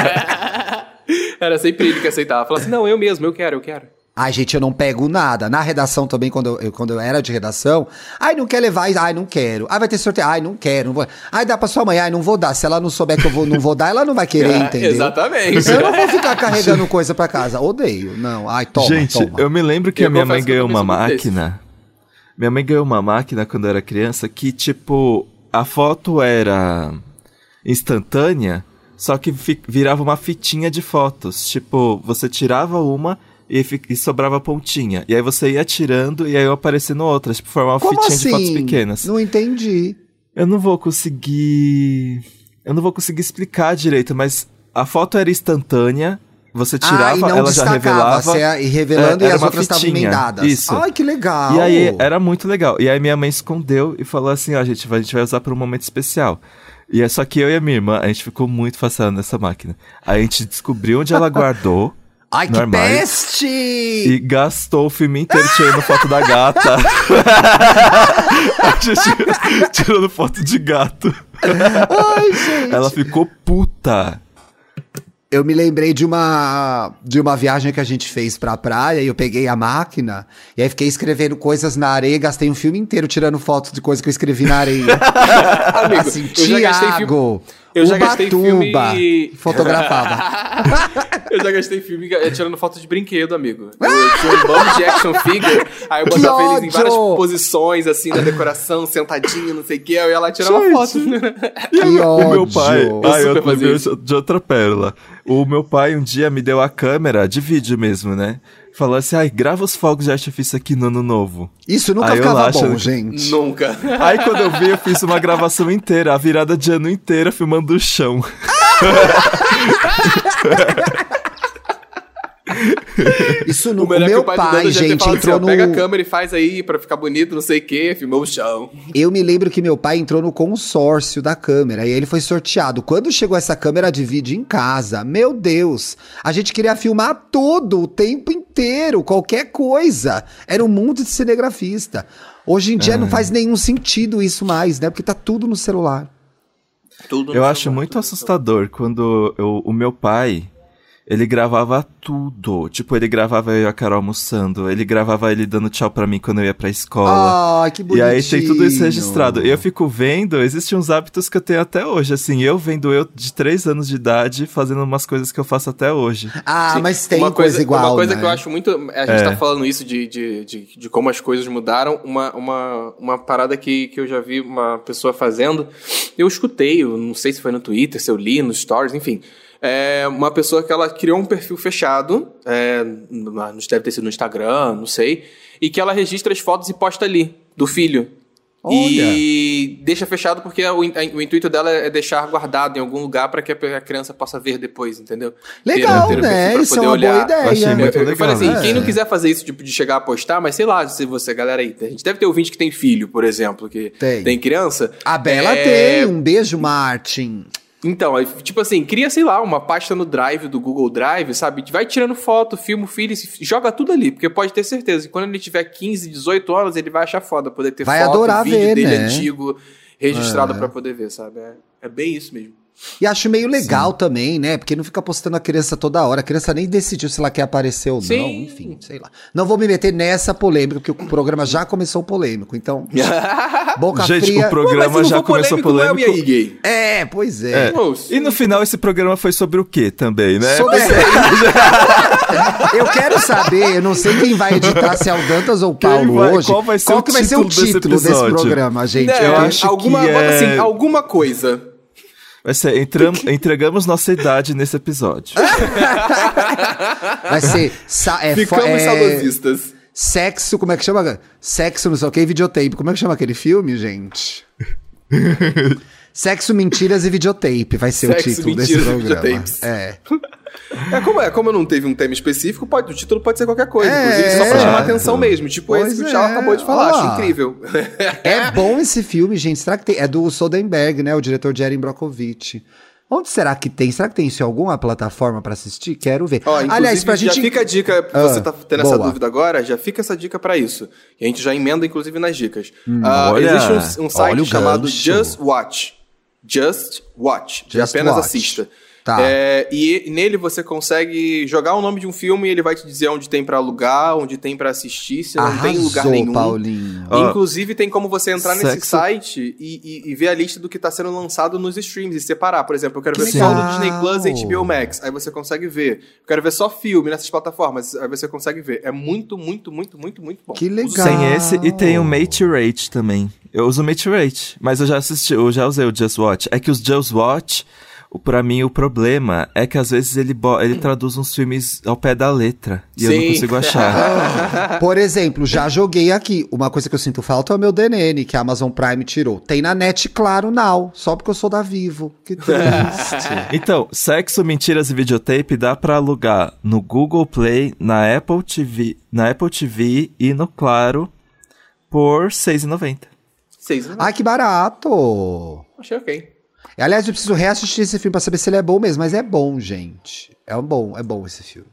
S3: Eu. Era sempre ele que aceitava. Falava assim, não, eu mesmo, eu quero, eu quero.
S1: Ai, gente, eu não pego nada. Na redação também, quando eu, eu- quando eu era de redação, ai, não quer levar, ai, não quero. Ai, vai ter sorteio, ai, não quero, não vou. Ai, dá pra sua mãe, ai, não vou dar. Se ela não souber que eu vou, não vou dar, ela não vai querer,
S3: Ah,
S1: entendeu?
S3: exatamente.
S1: Eu não vou ficar carregando coisa pra casa. Odeio. Não, ai, toma,
S2: Gente,
S1: toma.
S2: eu me lembro que
S3: Eu
S2: a minha mãe
S3: confesso que eu
S2: ganhou uma
S3: também sou desse.
S2: máquina. Minha mãe ganhou uma máquina quando eu era criança que, tipo, a foto era instantânea, só que fi- virava uma fitinha de fotos. Tipo, você tirava uma e, fi- e sobrava a pontinha. E aí você ia tirando e aí ia aparecendo outras. Tipo, formava uma
S1: Como
S2: fitinha de fotos
S1: assim?
S2: pequenas.
S1: Não entendi.
S2: Eu não vou conseguir. Eu não vou conseguir explicar direito, mas a foto era instantânea. Você
S1: ah, e
S2: tirava,
S1: não
S2: ela já
S1: destacava.
S2: revelava.
S1: Você ia- e revelando e
S2: É, era
S1: as
S2: uma
S1: outras estavam
S2: fitinha.
S1: emendadas.
S2: Isso.
S1: Ai, que legal.
S2: E aí era muito legal. E aí minha mãe escondeu e falou assim, ó, gente, vai- a gente vai usar para um momento especial. E é só que eu e a minha irmã, a gente ficou muito fascinado nessa máquina. Aí a gente descobriu onde ela guardou
S1: Ai, que
S2: Normal.
S1: peste!
S2: e gastou o filme inteiro tirando foto da gata. a gente tirando foto de gato.
S1: Ai, gente.
S2: Ela ficou puta.
S1: Eu me lembrei de uma de uma viagem que a gente fez pra praia e eu peguei a máquina e aí fiquei escrevendo coisas na areia, gastei um filme inteiro tirando fotos de coisas que eu escrevi na areia.
S3: Amigo,
S1: assim,
S3: eu já gastei filme.
S1: Tiago,
S3: eu já gastei filme-
S1: fotografava.
S3: Eu já gastei filme eh, tirando foto de brinquedo, amigo. Eu, eu tinha um bando de action figure, aí eu
S1: Que
S3: botava eles em várias
S1: ódio!
S3: posições, assim, na decoração, sentadinho, não sei o que, aí eu ia lá e tirava
S2: Gente.
S3: foto.
S1: Que
S2: O meu
S1: ódio.
S2: pai. Ah, eu
S3: super fazia
S2: lembrei de outra pérola. O meu pai um dia me deu a câmera de vídeo mesmo, né? Falou assim: ai, grava os fogos de artifício aqui no ano novo.
S1: Isso nunca
S2: Aí eu
S1: ficava
S2: lá
S1: bom,
S2: achando que-
S1: gente.
S3: Nunca.
S2: Aí quando eu vi, eu fiz uma gravação inteira, a virada de ano inteira filmando o chão.
S1: Isso
S3: O
S1: nunca. O
S3: melhor é que
S1: meu
S3: o pai, do
S1: pai,
S3: Dando já
S1: gente,
S3: falado assim, ó,
S1: entrou no
S3: pega a câmera e faz aí pra ficar bonito, não sei o que, filmou o chão.
S1: Eu me lembro que meu pai entrou no consórcio da câmera e ele foi sorteado. Quando chegou essa câmera de vídeo em casa, meu Deus, a gente queria filmar tudo, o tempo inteiro, qualquer coisa. Era um mundo de cinegrafista. Hoje em dia
S3: Hum.
S1: não faz nenhum sentido isso mais, né? Porque tá tudo no celular.
S3: Tudo
S2: Eu
S3: no
S2: acho
S3: celular,
S2: muito
S3: tudo no celular.
S2: assustador quando eu- o meu pai. Ele gravava tudo. Tipo, ele gravava eu e a Carol almoçando. Ele gravava ele dando tchau pra mim quando eu ia pra escola.
S1: Ah, que
S2: E
S1: bonitinho.
S2: aí tem tudo isso registrado. E eu fico vendo, existem uns hábitos que eu tenho até hoje. Assim, eu vendo eu de 3 anos de idade fazendo umas coisas que eu faço até hoje.
S1: Ah,
S3: Sim,
S1: mas tem
S3: uma
S1: coisa, igual.
S3: Uma coisa
S1: né?
S3: que eu acho muito. A gente tá falando isso de, de, de, de como as coisas mudaram. Uma, uma, uma parada que, que eu já vi uma pessoa fazendo. Eu escutei, eu não sei se foi no Twitter, se eu li, nos stories, enfim. É uma pessoa que ela criou um perfil fechado, é, na- deve ter sido no Instagram, não sei, e que ela registra as fotos e posta ali, do filho.
S1: Olha.
S3: E deixa fechado porque o, in- o intuito dela é deixar guardado em algum lugar pra que a a criança possa ver depois, entendeu?
S1: Legal,
S3: Ter- ter um
S1: né?
S2: assim,
S3: perfil pra
S1: Isso é
S3: poder
S1: uma
S3: olhar.
S1: boa
S2: Eu achei
S1: ideia.
S2: muito
S3: Eu, eu
S2: legal,
S3: falei assim,
S1: né?
S3: quem não quiser fazer isso, tipo, de chegar a postar, mas sei lá, se você, galera aí, a gente deve ter ouvinte que tem filho, por exemplo, que
S1: Tem.
S3: tem, criança.
S1: A Bela
S3: É,
S1: tem. Um beijo, Martin.
S3: Então, aí, tipo assim, cria, sei lá, uma pasta no Drive do Google Drive, sabe? Vai tirando foto, filma o filho, e joga tudo ali, porque pode ter certeza que quando ele tiver 15, 18 anos, ele vai achar foda poder ter
S1: Vai
S3: foto,
S1: adorar
S3: vídeo
S1: ver,
S3: dele
S1: né?
S3: antigo registrado pra poder ver, sabe? É, é bem isso mesmo.
S1: E acho meio legal também, né? Porque não fica postando a criança toda hora. A criança nem decidiu se ela quer aparecer ou não.
S3: Sim.
S1: Enfim, sei lá. Não vou me meter nessa polêmica, porque o programa já começou polêmico. Então, boca
S2: Gente,
S1: fria.
S2: o programa
S3: Mas se
S2: já
S3: não for
S2: começou
S3: não é o E aí,
S2: polêmico.
S3: gay?
S1: É, pois é.
S2: É.
S3: Pô,
S2: E no final esse programa foi sobre o quê também, né?
S1: Sobre-
S2: é.
S1: eu quero saber, eu não sei quem vai editar, se é o Dantas ou o
S2: Quem
S1: Paulo
S2: vai-
S1: hoje.
S2: qual vai ser
S1: qual
S2: o
S1: que vai ser o
S2: título desse
S1: título desse,
S2: episódio?
S1: programa, gente?
S3: né,
S2: eu acho
S3: alguma,
S2: que
S3: bota
S2: é-
S3: assim, alguma coisa.
S2: Vai ser, entram- entregamos nossa idade nesse episódio.
S1: Ah, Vai ser sa- é, fo-
S3: Ficamos
S1: é,
S3: saudosistas.
S1: sexo, como é que chama? Sexo, não sei o que, videotape. Como é que chama aquele filme, gente? sexo, mentiras e videotape vai ser
S3: Sexo,
S1: o título desse
S3: mentiras e
S1: programa.
S3: videotapes.
S1: É.
S3: É como, é, como não teve um tema específico, pode, o título pode ser qualquer coisa.
S1: É,
S3: inclusive, só pra chamar
S2: exato.
S3: atenção mesmo. Tipo
S1: Pois
S3: esse que o Tchau
S1: é,
S3: acabou de falar.
S1: ó.
S3: Acho incrível.
S1: É bom esse filme, gente. Será que tem? É do Soderbergh, né? O diretor de Erin Brockovich. Onde será que tem? Será que tem isso em alguma plataforma pra assistir? Quero ver.
S3: Ó, inclusive,
S1: Aliás, pra
S3: já
S1: gente.
S3: fica a dica,
S1: Ah,
S3: você tá tendo essa
S1: boa.
S3: dúvida agora, já fica essa dica pra isso. E a gente já emenda, inclusive, nas dicas. Ah,
S2: olha,
S3: existe um, um
S1: Hum, olha o
S3: site chamado
S1: gancho.
S3: Just Watch. Just Watch. de
S1: Just
S3: apenas
S1: Watch.
S3: assista.
S1: Tá.
S3: É, e nele você consegue jogar o nome de um filme e ele vai te dizer onde tem pra alugar, onde tem pra assistir, se não tem lugar
S1: Arrasou,
S3: nenhum.
S1: Paulinho.
S2: Ó,
S3: Inclusive, tem como você entrar nesse
S2: sexo-
S3: site e, e- e ver a lista do que tá sendo lançado nos streams e separar. Por exemplo, eu quero
S1: Que
S3: ver só
S1: legal.
S3: do Disney Plus e HBO Max. Aí você consegue ver. Eu quero ver só filme nessas plataformas. Aí você consegue ver. É muito, muito, muito, muito, muito bom.
S1: Que legal.
S2: Tem esse e tem o Mate Rate também. Eu uso o Mate Rate, mas eu já assisti, eu já usei o Just Watch. É que os Just Watch, o, pra mim, o problema é que às vezes ele, bo- ele traduz uns filmes ao pé da letra. E eu não
S3: Sim.
S2: consigo achar.
S1: Por exemplo, já joguei aqui. Uma coisa que eu sinto falta é o meu DNN, que a Amazon Prime tirou. Tem na net, claro, não. Só porque eu sou da Vivo. Que triste.
S2: então, Sexo, Mentiras e Videotape dá pra alugar no Google Play, na Apple TV, na Apple TV e no Claro por R$ 6,90.
S3: Seis, né?
S1: Ai, que barato.
S3: Achei ok.
S1: Aliás, eu preciso reassistir esse filme pra saber se ele é bom mesmo. Mas é bom, gente. É um bom, é bom esse filme.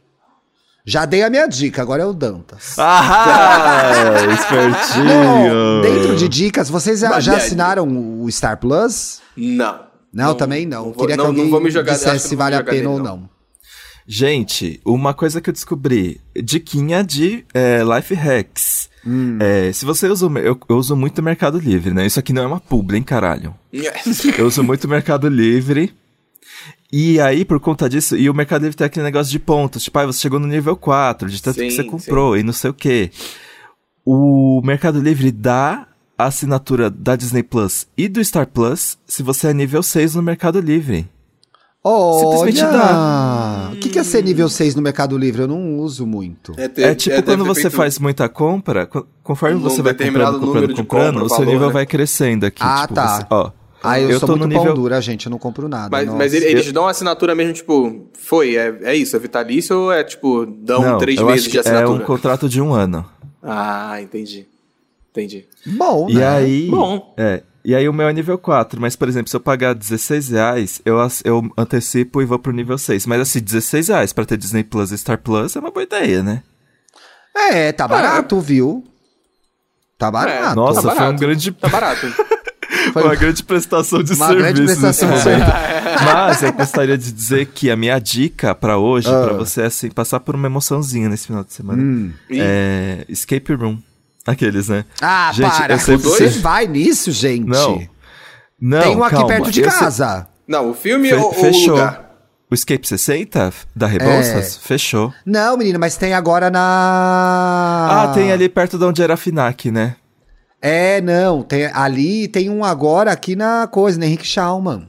S1: Já dei a minha dica, agora é o Dantas.
S2: Ah, espertinho!
S1: Bom, dentro de dicas, vocês já,
S3: Mas,
S1: já
S3: Dad,
S1: assinaram o Star Plus?
S3: Não.
S1: Não, também não.
S3: vou-
S1: Queria
S3: não-
S1: que
S3: não
S1: alguém
S3: vou me jogar- acho que
S1: dissesse
S3: não
S1: se
S3: vou
S1: vale
S3: me
S1: a
S3: jogar
S1: pena ou
S3: nele,
S1: não.
S2: Gente, uma coisa que eu descobri, diquinha de é, life hacks.
S3: Hum.
S2: É, se você usa, o mer- eu, eu uso muito o Mercado Livre, né? Isso aqui não é uma publi, hein, caralho. Eu uso muito o Mercado Livre. E aí, por conta disso, e o Mercado Livre tem aquele negócio de pontos, tipo, ah, você chegou no nível 4, de tanto que
S3: Sim,
S2: você comprou, e não sei o quê. O Mercado Livre dá a assinatura da Disney Plus e do Star Plus se você é nível 6 no Mercado Livre. Simplesmente
S1: Olha! O que, que é ser nível 6 no Mercado Livre? Eu não uso muito.
S3: ter-
S2: É tipo
S3: deve
S2: quando
S3: ter
S2: você
S3: feito-
S2: faz muita compra, co- conforme
S3: Num
S2: você vai
S3: determinado
S2: comprando, comprando,
S3: número de
S2: comprando,
S3: compra,
S2: o seu
S3: valor,
S2: nível
S3: né?
S2: vai crescendo aqui.
S1: Ah,
S2: tipo,
S1: tá.
S2: você- ó,
S1: Ah, eu,
S2: Eu
S1: sou
S2: tô no
S1: muito pão
S2: nível-
S1: dura, gente. Eu não compro
S2: Ah,
S1: nada.
S3: Mas,
S1: nossa.
S3: mas ele- eles dão assinatura mesmo, tipo, foi, é, é isso, é vitalício ou é tipo, dão
S2: não,
S3: três
S2: eu
S3: meses
S2: acho
S3: de
S2: que é
S3: assinatura?
S2: um contrato de um ano.
S3: Ah, entendi. Entendi.
S1: Bom,
S2: E
S1: né?
S2: aí...
S3: Bom.
S2: É, e aí o meu é nível 4, mas, por exemplo, se eu pagar 16 reais, eu, ass- eu antecipo e vou pro nível 6. Mas, assim, 16 reais pra ter Disney Plus e Star Plus é uma boa ideia, né?
S1: É, tá barato, viu? Tá barato.
S2: Nossa,
S3: tá
S2: foi um
S3: barato.
S2: grande...
S3: Tá barato.
S1: Foi
S2: Uma grande prestação de
S1: uma
S2: serviço.
S1: grande
S2: nesse
S1: prestação de serviço.
S2: Mas eu gostaria de dizer que a minha dica pra hoje,
S1: Ah.
S2: pra você, é assim, passar por uma emoçãozinha nesse final de semana.
S1: Hum.
S3: Ih.
S2: É. Escape Room. Aqueles, né?
S1: Ah,
S2: Gente,
S1: para.
S2: eu sempre-
S1: Você vai nisso, gente?
S2: Não. Não,
S1: Tem um aqui
S2: calma,
S1: perto de
S2: eu sei-
S1: casa.
S3: Não, o filme
S2: Fe-
S3: ou, ou o
S2: fechou.
S3: lugar?
S2: O Escape 60 da
S1: É.
S2: Rebouças? Fechou.
S1: Não, menina, mas tem agora na.
S2: Ah, tem ali perto de onde era a Finac, né?
S1: É, não. Tem, ali tem um agora aqui na coisa, na Henrique Schaumann.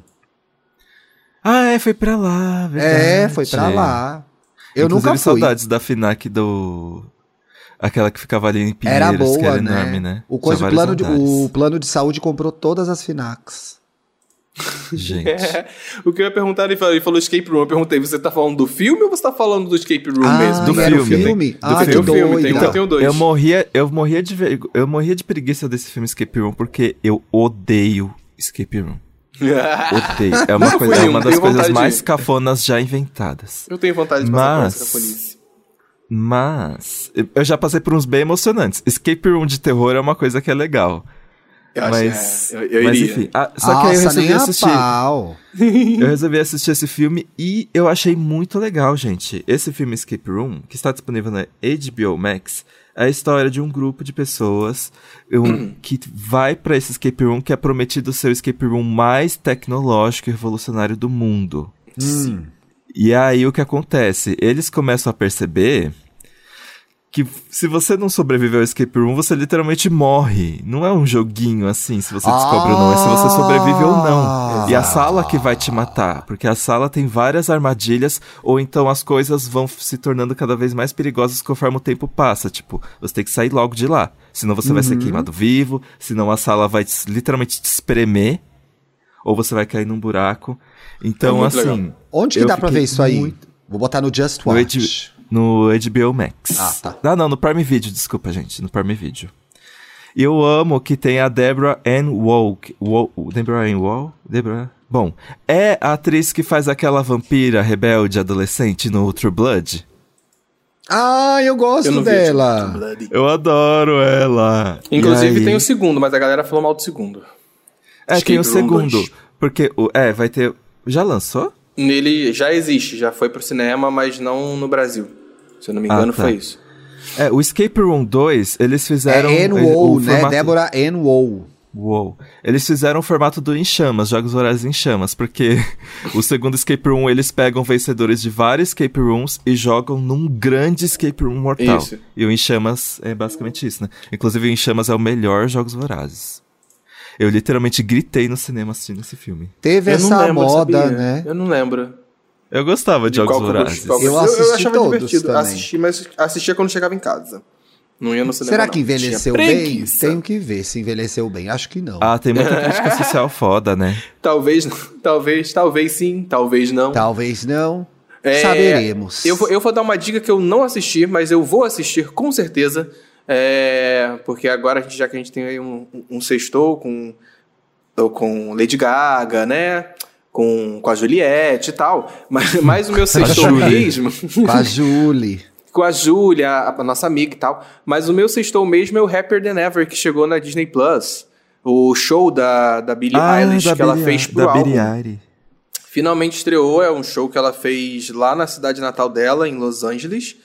S2: Ah, é, foi pra lá, verdade.
S1: É, foi pra lá. Eu
S2: Inclusive,
S1: nunca fui.
S2: saudades da Finac do... Aquela que ficava ali em Pinheiros,
S1: Era boa,
S2: que era
S1: né?
S2: enorme, né?
S1: O,
S2: Tinha
S1: coisa, o,
S2: várias
S1: plano de, o
S2: andares.
S1: plano de saúde comprou todas as Finacs.
S2: Gente.
S3: É, o que eu ia perguntar, ele falou, ele falou escape room. Eu perguntei, você tá falando do filme ou você tá falando do escape room mesmo?
S2: Ah, do
S3: né?
S1: Ah, e era o
S2: filme.
S1: filme?
S2: Do
S1: Ah, que
S3: filme. Do filme,
S1: doida.
S3: tem-
S2: Então,
S3: tenho dois.
S2: Eu morria, eu morria de ver- eu morria de preguiça desse filme Escape Room porque eu odeio Escape Room. Odeio. É uma,
S3: Não,
S2: coisa,
S3: fui
S2: é uma
S3: eu,
S2: das coisas
S3: tenho vontade de
S2: mais
S3: ir.
S2: cafonas já inventadas.
S3: Eu tenho vontade de passar
S2: Mas-
S3: por essa polícia.
S2: Mas eu já passei por uns bem emocionantes. Escape Room de terror é uma coisa que é legal.
S3: Eu acho-
S2: Mas,
S3: é, eu, eu
S2: mas
S3: iria.
S2: enfim. Ah, só que aí eu resolvi assistir.
S1: pau.
S2: Eu resolvi assistir esse filme e eu achei muito legal, gente. Esse filme Escape Room, que está disponível na HBO Max, é a história de um grupo de pessoas um, que vai pra esse escape room que é prometido ser o escape room mais tecnológico e revolucionário do mundo.
S1: Hum.
S2: E aí o que acontece? Eles começam a perceber que se você não sobreviver ao escape room, você literalmente morre. Não é um joguinho assim, se você descobre ou não, é se você sobrevive ou não. E a sala que vai te matar, porque a sala tem várias armadilhas, ou então as coisas vão se tornando cada vez mais perigosas conforme o tempo passa. Tipo, você tem que sair logo de lá, senão você vai ser queimado vivo, senão a sala vai te- literalmente te espremer, ou você vai cair num buraco. Então,
S3: É muito
S2: assim.
S3: legal.
S1: Onde que
S2: Eu
S1: dá pra ver
S2: fiquei
S1: isso aí?
S2: muito-
S1: Vou botar no Just
S2: No
S1: Watch.
S2: No HBO Max.
S1: Ah, tá.
S2: Não, não, no Prime Video, desculpa, gente. No Prime Video. E eu amo que tem a Deborah Ann Wall. Wall Deborah Ann Wall? Deborah... Bom, é a atriz que faz aquela vampira rebelde adolescente no True Blood.
S1: Ah, eu gosto
S3: Eu não vi, tipo,
S1: dela.
S3: Bloody.
S2: Eu adoro ela.
S3: Inclusive
S2: E aí-
S3: tem o segundo, mas a galera falou mal do segundo.
S2: É, tem o
S3: Escape Room
S2: segundo.
S3: dois.
S2: Porque, o... é, vai ter... Já lançou?
S3: Ele já existe, já foi pro cinema, mas não no Brasil. Se eu não me
S2: Ah,
S3: engano,
S2: tá.
S3: foi isso.
S2: É, o Escape Room 2, eles fizeram...
S1: é
S2: ele-
S1: Enwow,
S2: um- o
S1: né?
S2: formato-
S1: Débora Enwow.
S2: Uou. Eles fizeram o formato do Em Chamas, Jogos Horários em Chamas, porque o segundo Escape Room eles pegam vencedores de vários Escape Rooms e jogam num grande Escape Room mortal.
S3: Isso.
S2: E o Em Chamas é basicamente isso, né? Inclusive o Em Chamas é o melhor Jogos Vorazes. Eu literalmente gritei no cinema assistindo esse filme.
S1: Teve
S3: eu não
S1: essa
S3: lembro,
S1: moda,
S3: sabia?
S1: né?
S3: Eu não lembro.
S2: Eu gostava de, Jogos
S3: qual que é eu-
S2: Vorazes.
S3: qual que
S1: Eu assisti todos também.
S3: Assisti, mas assistia quando chegava em casa. Não ia no cinema.
S1: Será
S3: não.
S1: que envelheceu
S3: Tinha
S1: bem?
S3: preguiça.
S1: Tenho que ver se envelheceu bem. Acho que não.
S2: Ah, tem muita crítica social foda, né?
S3: Talvez, talvez, talvez sim, talvez não.
S1: Talvez não.
S3: É,
S1: Saberemos.
S3: Eu vou, eu vou dar uma dica que eu não assisti, mas eu vou assistir com certeza. é, porque agora, a gente- já que a gente tem aí um, um sextou com, tô com Lady Gaga, né? Com, com a Juliette e tal. Mas, mas o meu sextou
S2: Julie.
S3: mesmo.
S1: Com a Julie.
S3: com a Júlia, a a nossa amiga e tal. Mas o meu sextou mesmo é o Happier Than Ever, que chegou na Disney Plus. O show da, Ah, da Billie Eilish que ela fez pro
S2: Ah, da
S3: álbum.
S2: Billie Eilish.
S3: Finalmente estreou, é um show que ela fez lá na cidade natal dela, em Los Angeles.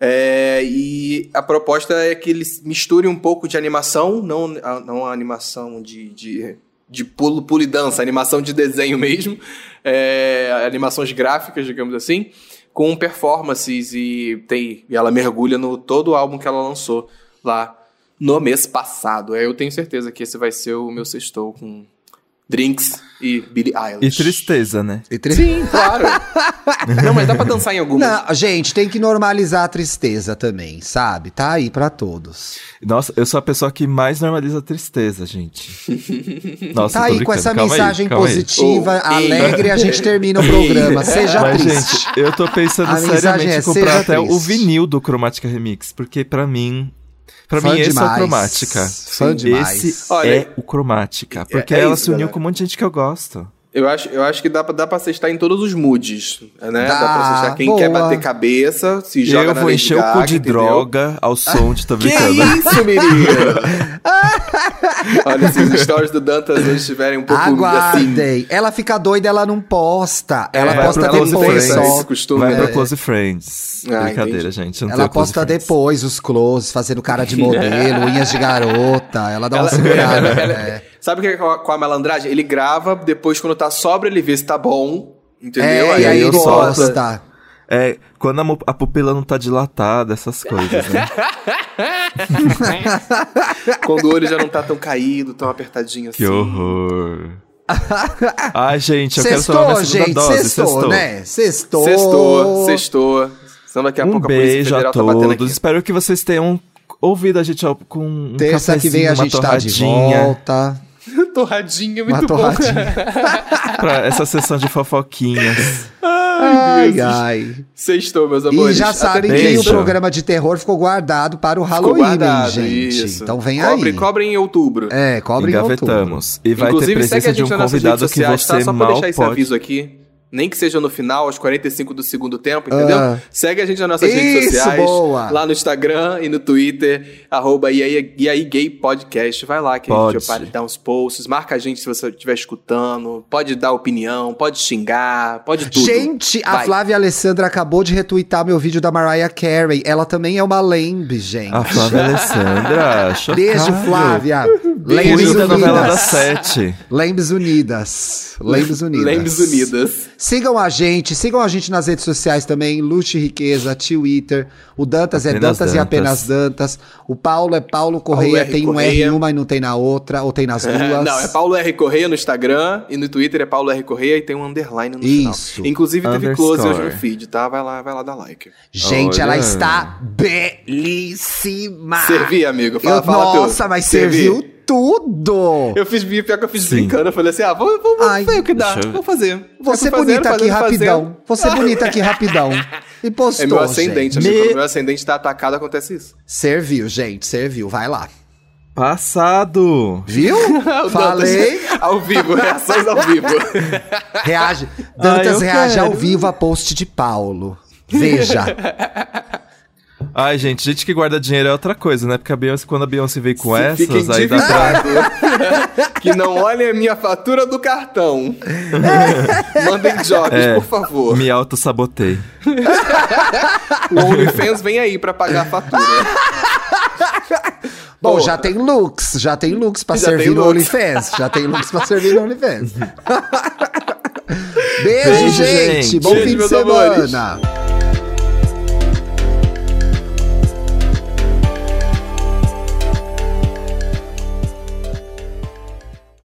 S3: É, e a proposta é que eles misturem um pouco de animação, não a, não a animação de, de, de pulo, pulo e dança, animação de desenho mesmo, é, animações gráficas, digamos assim, com performances e, tem, e ela mergulha no todo o álbum que ela lançou lá no mês passado. É, eu tenho certeza que esse vai ser o meu sextou com drinks e Billie Eilish.
S2: E tristeza, né?
S1: E tri-
S3: Sim, claro. não, mas dá pra dançar em algumas.
S1: Não, gente, tem que normalizar a tristeza também, sabe? Tá aí pra todos.
S2: Nossa, eu sou a pessoa que mais normaliza a tristeza, gente. Nossa,
S1: tá
S2: eu tô
S1: aí com
S2: brincando.
S1: essa
S2: Calma aí,
S1: mensagem
S2: calma aí.
S1: positiva,
S3: Oh, ei.
S1: alegre, a gente termina o programa. Seja
S2: Mas,
S1: triste.
S2: gente, eu tô pensando
S1: A mensagem
S2: seriamente
S1: é,
S2: em comprar
S1: seja
S2: até
S1: triste.
S2: o vinil do Chromatica Remix, porque pra mim. Pra
S1: Fã
S2: mim, esse é o
S1: demais.
S2: Chromatica.
S1: Fã demais.
S2: Esse
S3: Olha,
S2: é o Chromatica. Porque
S3: é
S2: ela
S3: isso,
S2: se uniu
S3: galera.
S2: com um monte de gente que eu gosto.
S3: Eu, acho, eu acho que dá pra, dá pra cestar em todos os moods, né? Dá,
S1: Dá,
S3: pra cestar quem
S1: boa.
S3: quer bater cabeça, se joga
S2: eu
S3: na
S2: vou
S3: Lady
S2: encher o
S3: Gaga,
S2: cu de
S3: entendeu?
S2: droga ao som de. Tô
S3: Que
S2: brincando.
S3: isso, menino? Olha, se os stories do Dantas hoje estiverem um pouco assim...
S1: Aguardem. Ela fica doida, ela não posta. Ela
S3: é,
S2: vai
S1: posta
S2: pra
S3: ela não tem
S1: depois
S2: OnlyFans.
S3: essa-
S1: só.
S3: esse costume,
S2: Vai
S3: né?
S2: pro Close Friends.
S3: Ah,
S2: Brincadeira,
S3: entendi.
S2: gente. eu não
S1: Ela
S2: tenho Close
S1: posta
S2: Friends.
S1: depois os close, fazendo cara de modelo, unhas de garota. Ela dá uma segurada. é.
S3: Sabe o que é com a, com a malandragem? Ele grava, depois quando tá sóbrio ele vê se tá bom, entendeu?
S1: É, e
S2: aí
S1: aí
S2: eu solto.
S1: gosta.
S2: É, quando a, mu- a pupila não tá dilatada, essas coisas, né?
S3: Quando o olho já não tá tão caído, tão apertadinho assim.
S2: Que horror. Ai, gente, eu quero
S1: Sextou,
S2: tomar minha segunda
S1: gente.
S2: dose.
S1: Sextou, né? Sextou.
S3: Sextou, sextou. Senão daqui a
S2: Um
S3: pouco a Polícia
S2: beijo a
S3: Federal tá batendo aqui.
S2: todos. Espero que vocês tenham ouvido a gente ao- com um
S1: Terça que vem a
S2: cafezinho,
S1: gente
S2: uma
S1: tá de
S2: torradinha
S1: volta.
S3: torradinha,
S1: Uma
S3: É muito bom. né?
S1: torradinha.
S2: pra essa sessão de fofoquinhas.
S1: Ai, ai.
S3: Sextou, meus
S1: E
S3: amores.
S1: já sabem que
S2: terça.
S1: o programa de terror ficou guardado para o
S3: Ficou
S1: Halloween,
S3: guardado,
S1: gente.
S3: isso.
S1: Então vem
S3: cobre,
S1: aí.
S3: Cobre em outubro.
S1: É, cobre em outubro.
S2: Engavetamos. E vai ter
S3: Inclusive, segue
S2: presença
S3: a
S2: de
S3: gente
S2: um
S3: nas nossas redes
S2: convidado que
S3: sociais,
S2: você
S3: tá? Só pra
S2: mal
S3: deixar esse
S2: pode.
S3: aviso aqui. nem que seja no final, aos 45 do segundo tempo, entendeu?
S1: Ah.
S3: Segue a gente nas nossas
S1: Isso,
S3: redes sociais,
S1: boa.
S3: lá no Instagram e no Twitter, arroba e aí, e aí Gay Podcast. Vai lá que a
S2: Pode.
S3: gente vai dar uns posts, marca a gente se você estiver escutando, pode dar opinião, pode xingar, pode tudo.
S1: Gente, a
S3: Vai.
S1: Flávia Alessandra acabou de retweetar meu vídeo da Mariah Carey. Ela também é uma lembre, gente.
S2: A Flávia Alessandra. Chocado.
S1: Beijo, Flávia. Lembres
S2: Queen da novela das
S1: Unidas.
S2: sete.
S1: Lembres Unidas. Lembres Unidas.
S3: Lembres Unidas.
S1: Sigam a gente, sigam a gente nas redes sociais também, Luxo e Riqueza, Twitter. O Dantas é
S2: Apenas
S1: Dantas, e
S2: Dantas.
S1: apenas Dantas. O Paulo é Paulo Correia,
S3: R.
S1: tem um R em
S3: Correia.
S1: uma e não tem na outra, ou tem nas duas.
S3: Não, é Paulo R. Correia no Instagram e no Twitter é Paulo R. Correia e tem um underline no
S1: Isso.
S3: final. Inclusive teve
S2: Underscore.
S3: close hoje no feed, tá? Vai lá, vai lá dar like.
S1: Gente, ela
S2: Olha.
S1: está belíssima.
S3: Servi, amigo. Fala,
S1: Ah, Eu-
S3: fala teu.
S1: nossa, mas
S3: Servi.
S1: serviu tudo!
S3: Eu fiz pior que eu fiz
S2: Sim.
S3: brincando. Eu falei assim: ah, vamos, vamos
S1: Ai.
S3: ver o que dá.
S2: Deixa eu-
S3: Vou fazer. Eu
S1: Você
S3: fui
S1: é
S3: fazendo,
S1: bonita aqui
S3: fazendo,
S1: rapidão.
S3: fazendo.
S1: Você é bonita aqui rapidão. E postou.
S3: É meu ascendente,
S1: gente.
S3: amigo.
S2: Me-
S3: Quando meu ascendente tá atacado, acontece isso.
S1: Serviu, gente, serviu. Vai lá.
S2: Passado.
S1: Viu?
S3: O
S1: Falei.
S3: Dantas- ao vivo, reações ao vivo.
S1: Reage.
S3: Ah,
S2: Ai,
S1: Dantas
S2: eu
S1: reage
S2: quero.
S1: ao vivo a post de Paulo. Veja.
S2: Ai, gente, gente que guarda dinheiro é outra coisa, né? Porque a Beyoncé, quando a Beyoncé veio com
S3: Se fica
S2: essas, aí dá pra.
S3: endividado. que não olhem a minha fatura do cartão. Mandem jobs,
S2: É.
S3: por favor.
S2: Me auto-sabotei.
S3: O OnlyFans vem aí pra pagar a fatura.
S1: Bom,
S3: Boa.
S1: já tem looks, já tem looks pra
S3: Já
S1: servir
S3: tem
S1: no
S3: looks.
S1: OnlyFans. Já tem looks pra servir no OnlyFans. Beijo,
S2: Beijo,
S1: gente.
S2: gente.
S1: Bom
S3: Beijo,
S1: fim de
S3: meus
S1: semana.
S3: amores.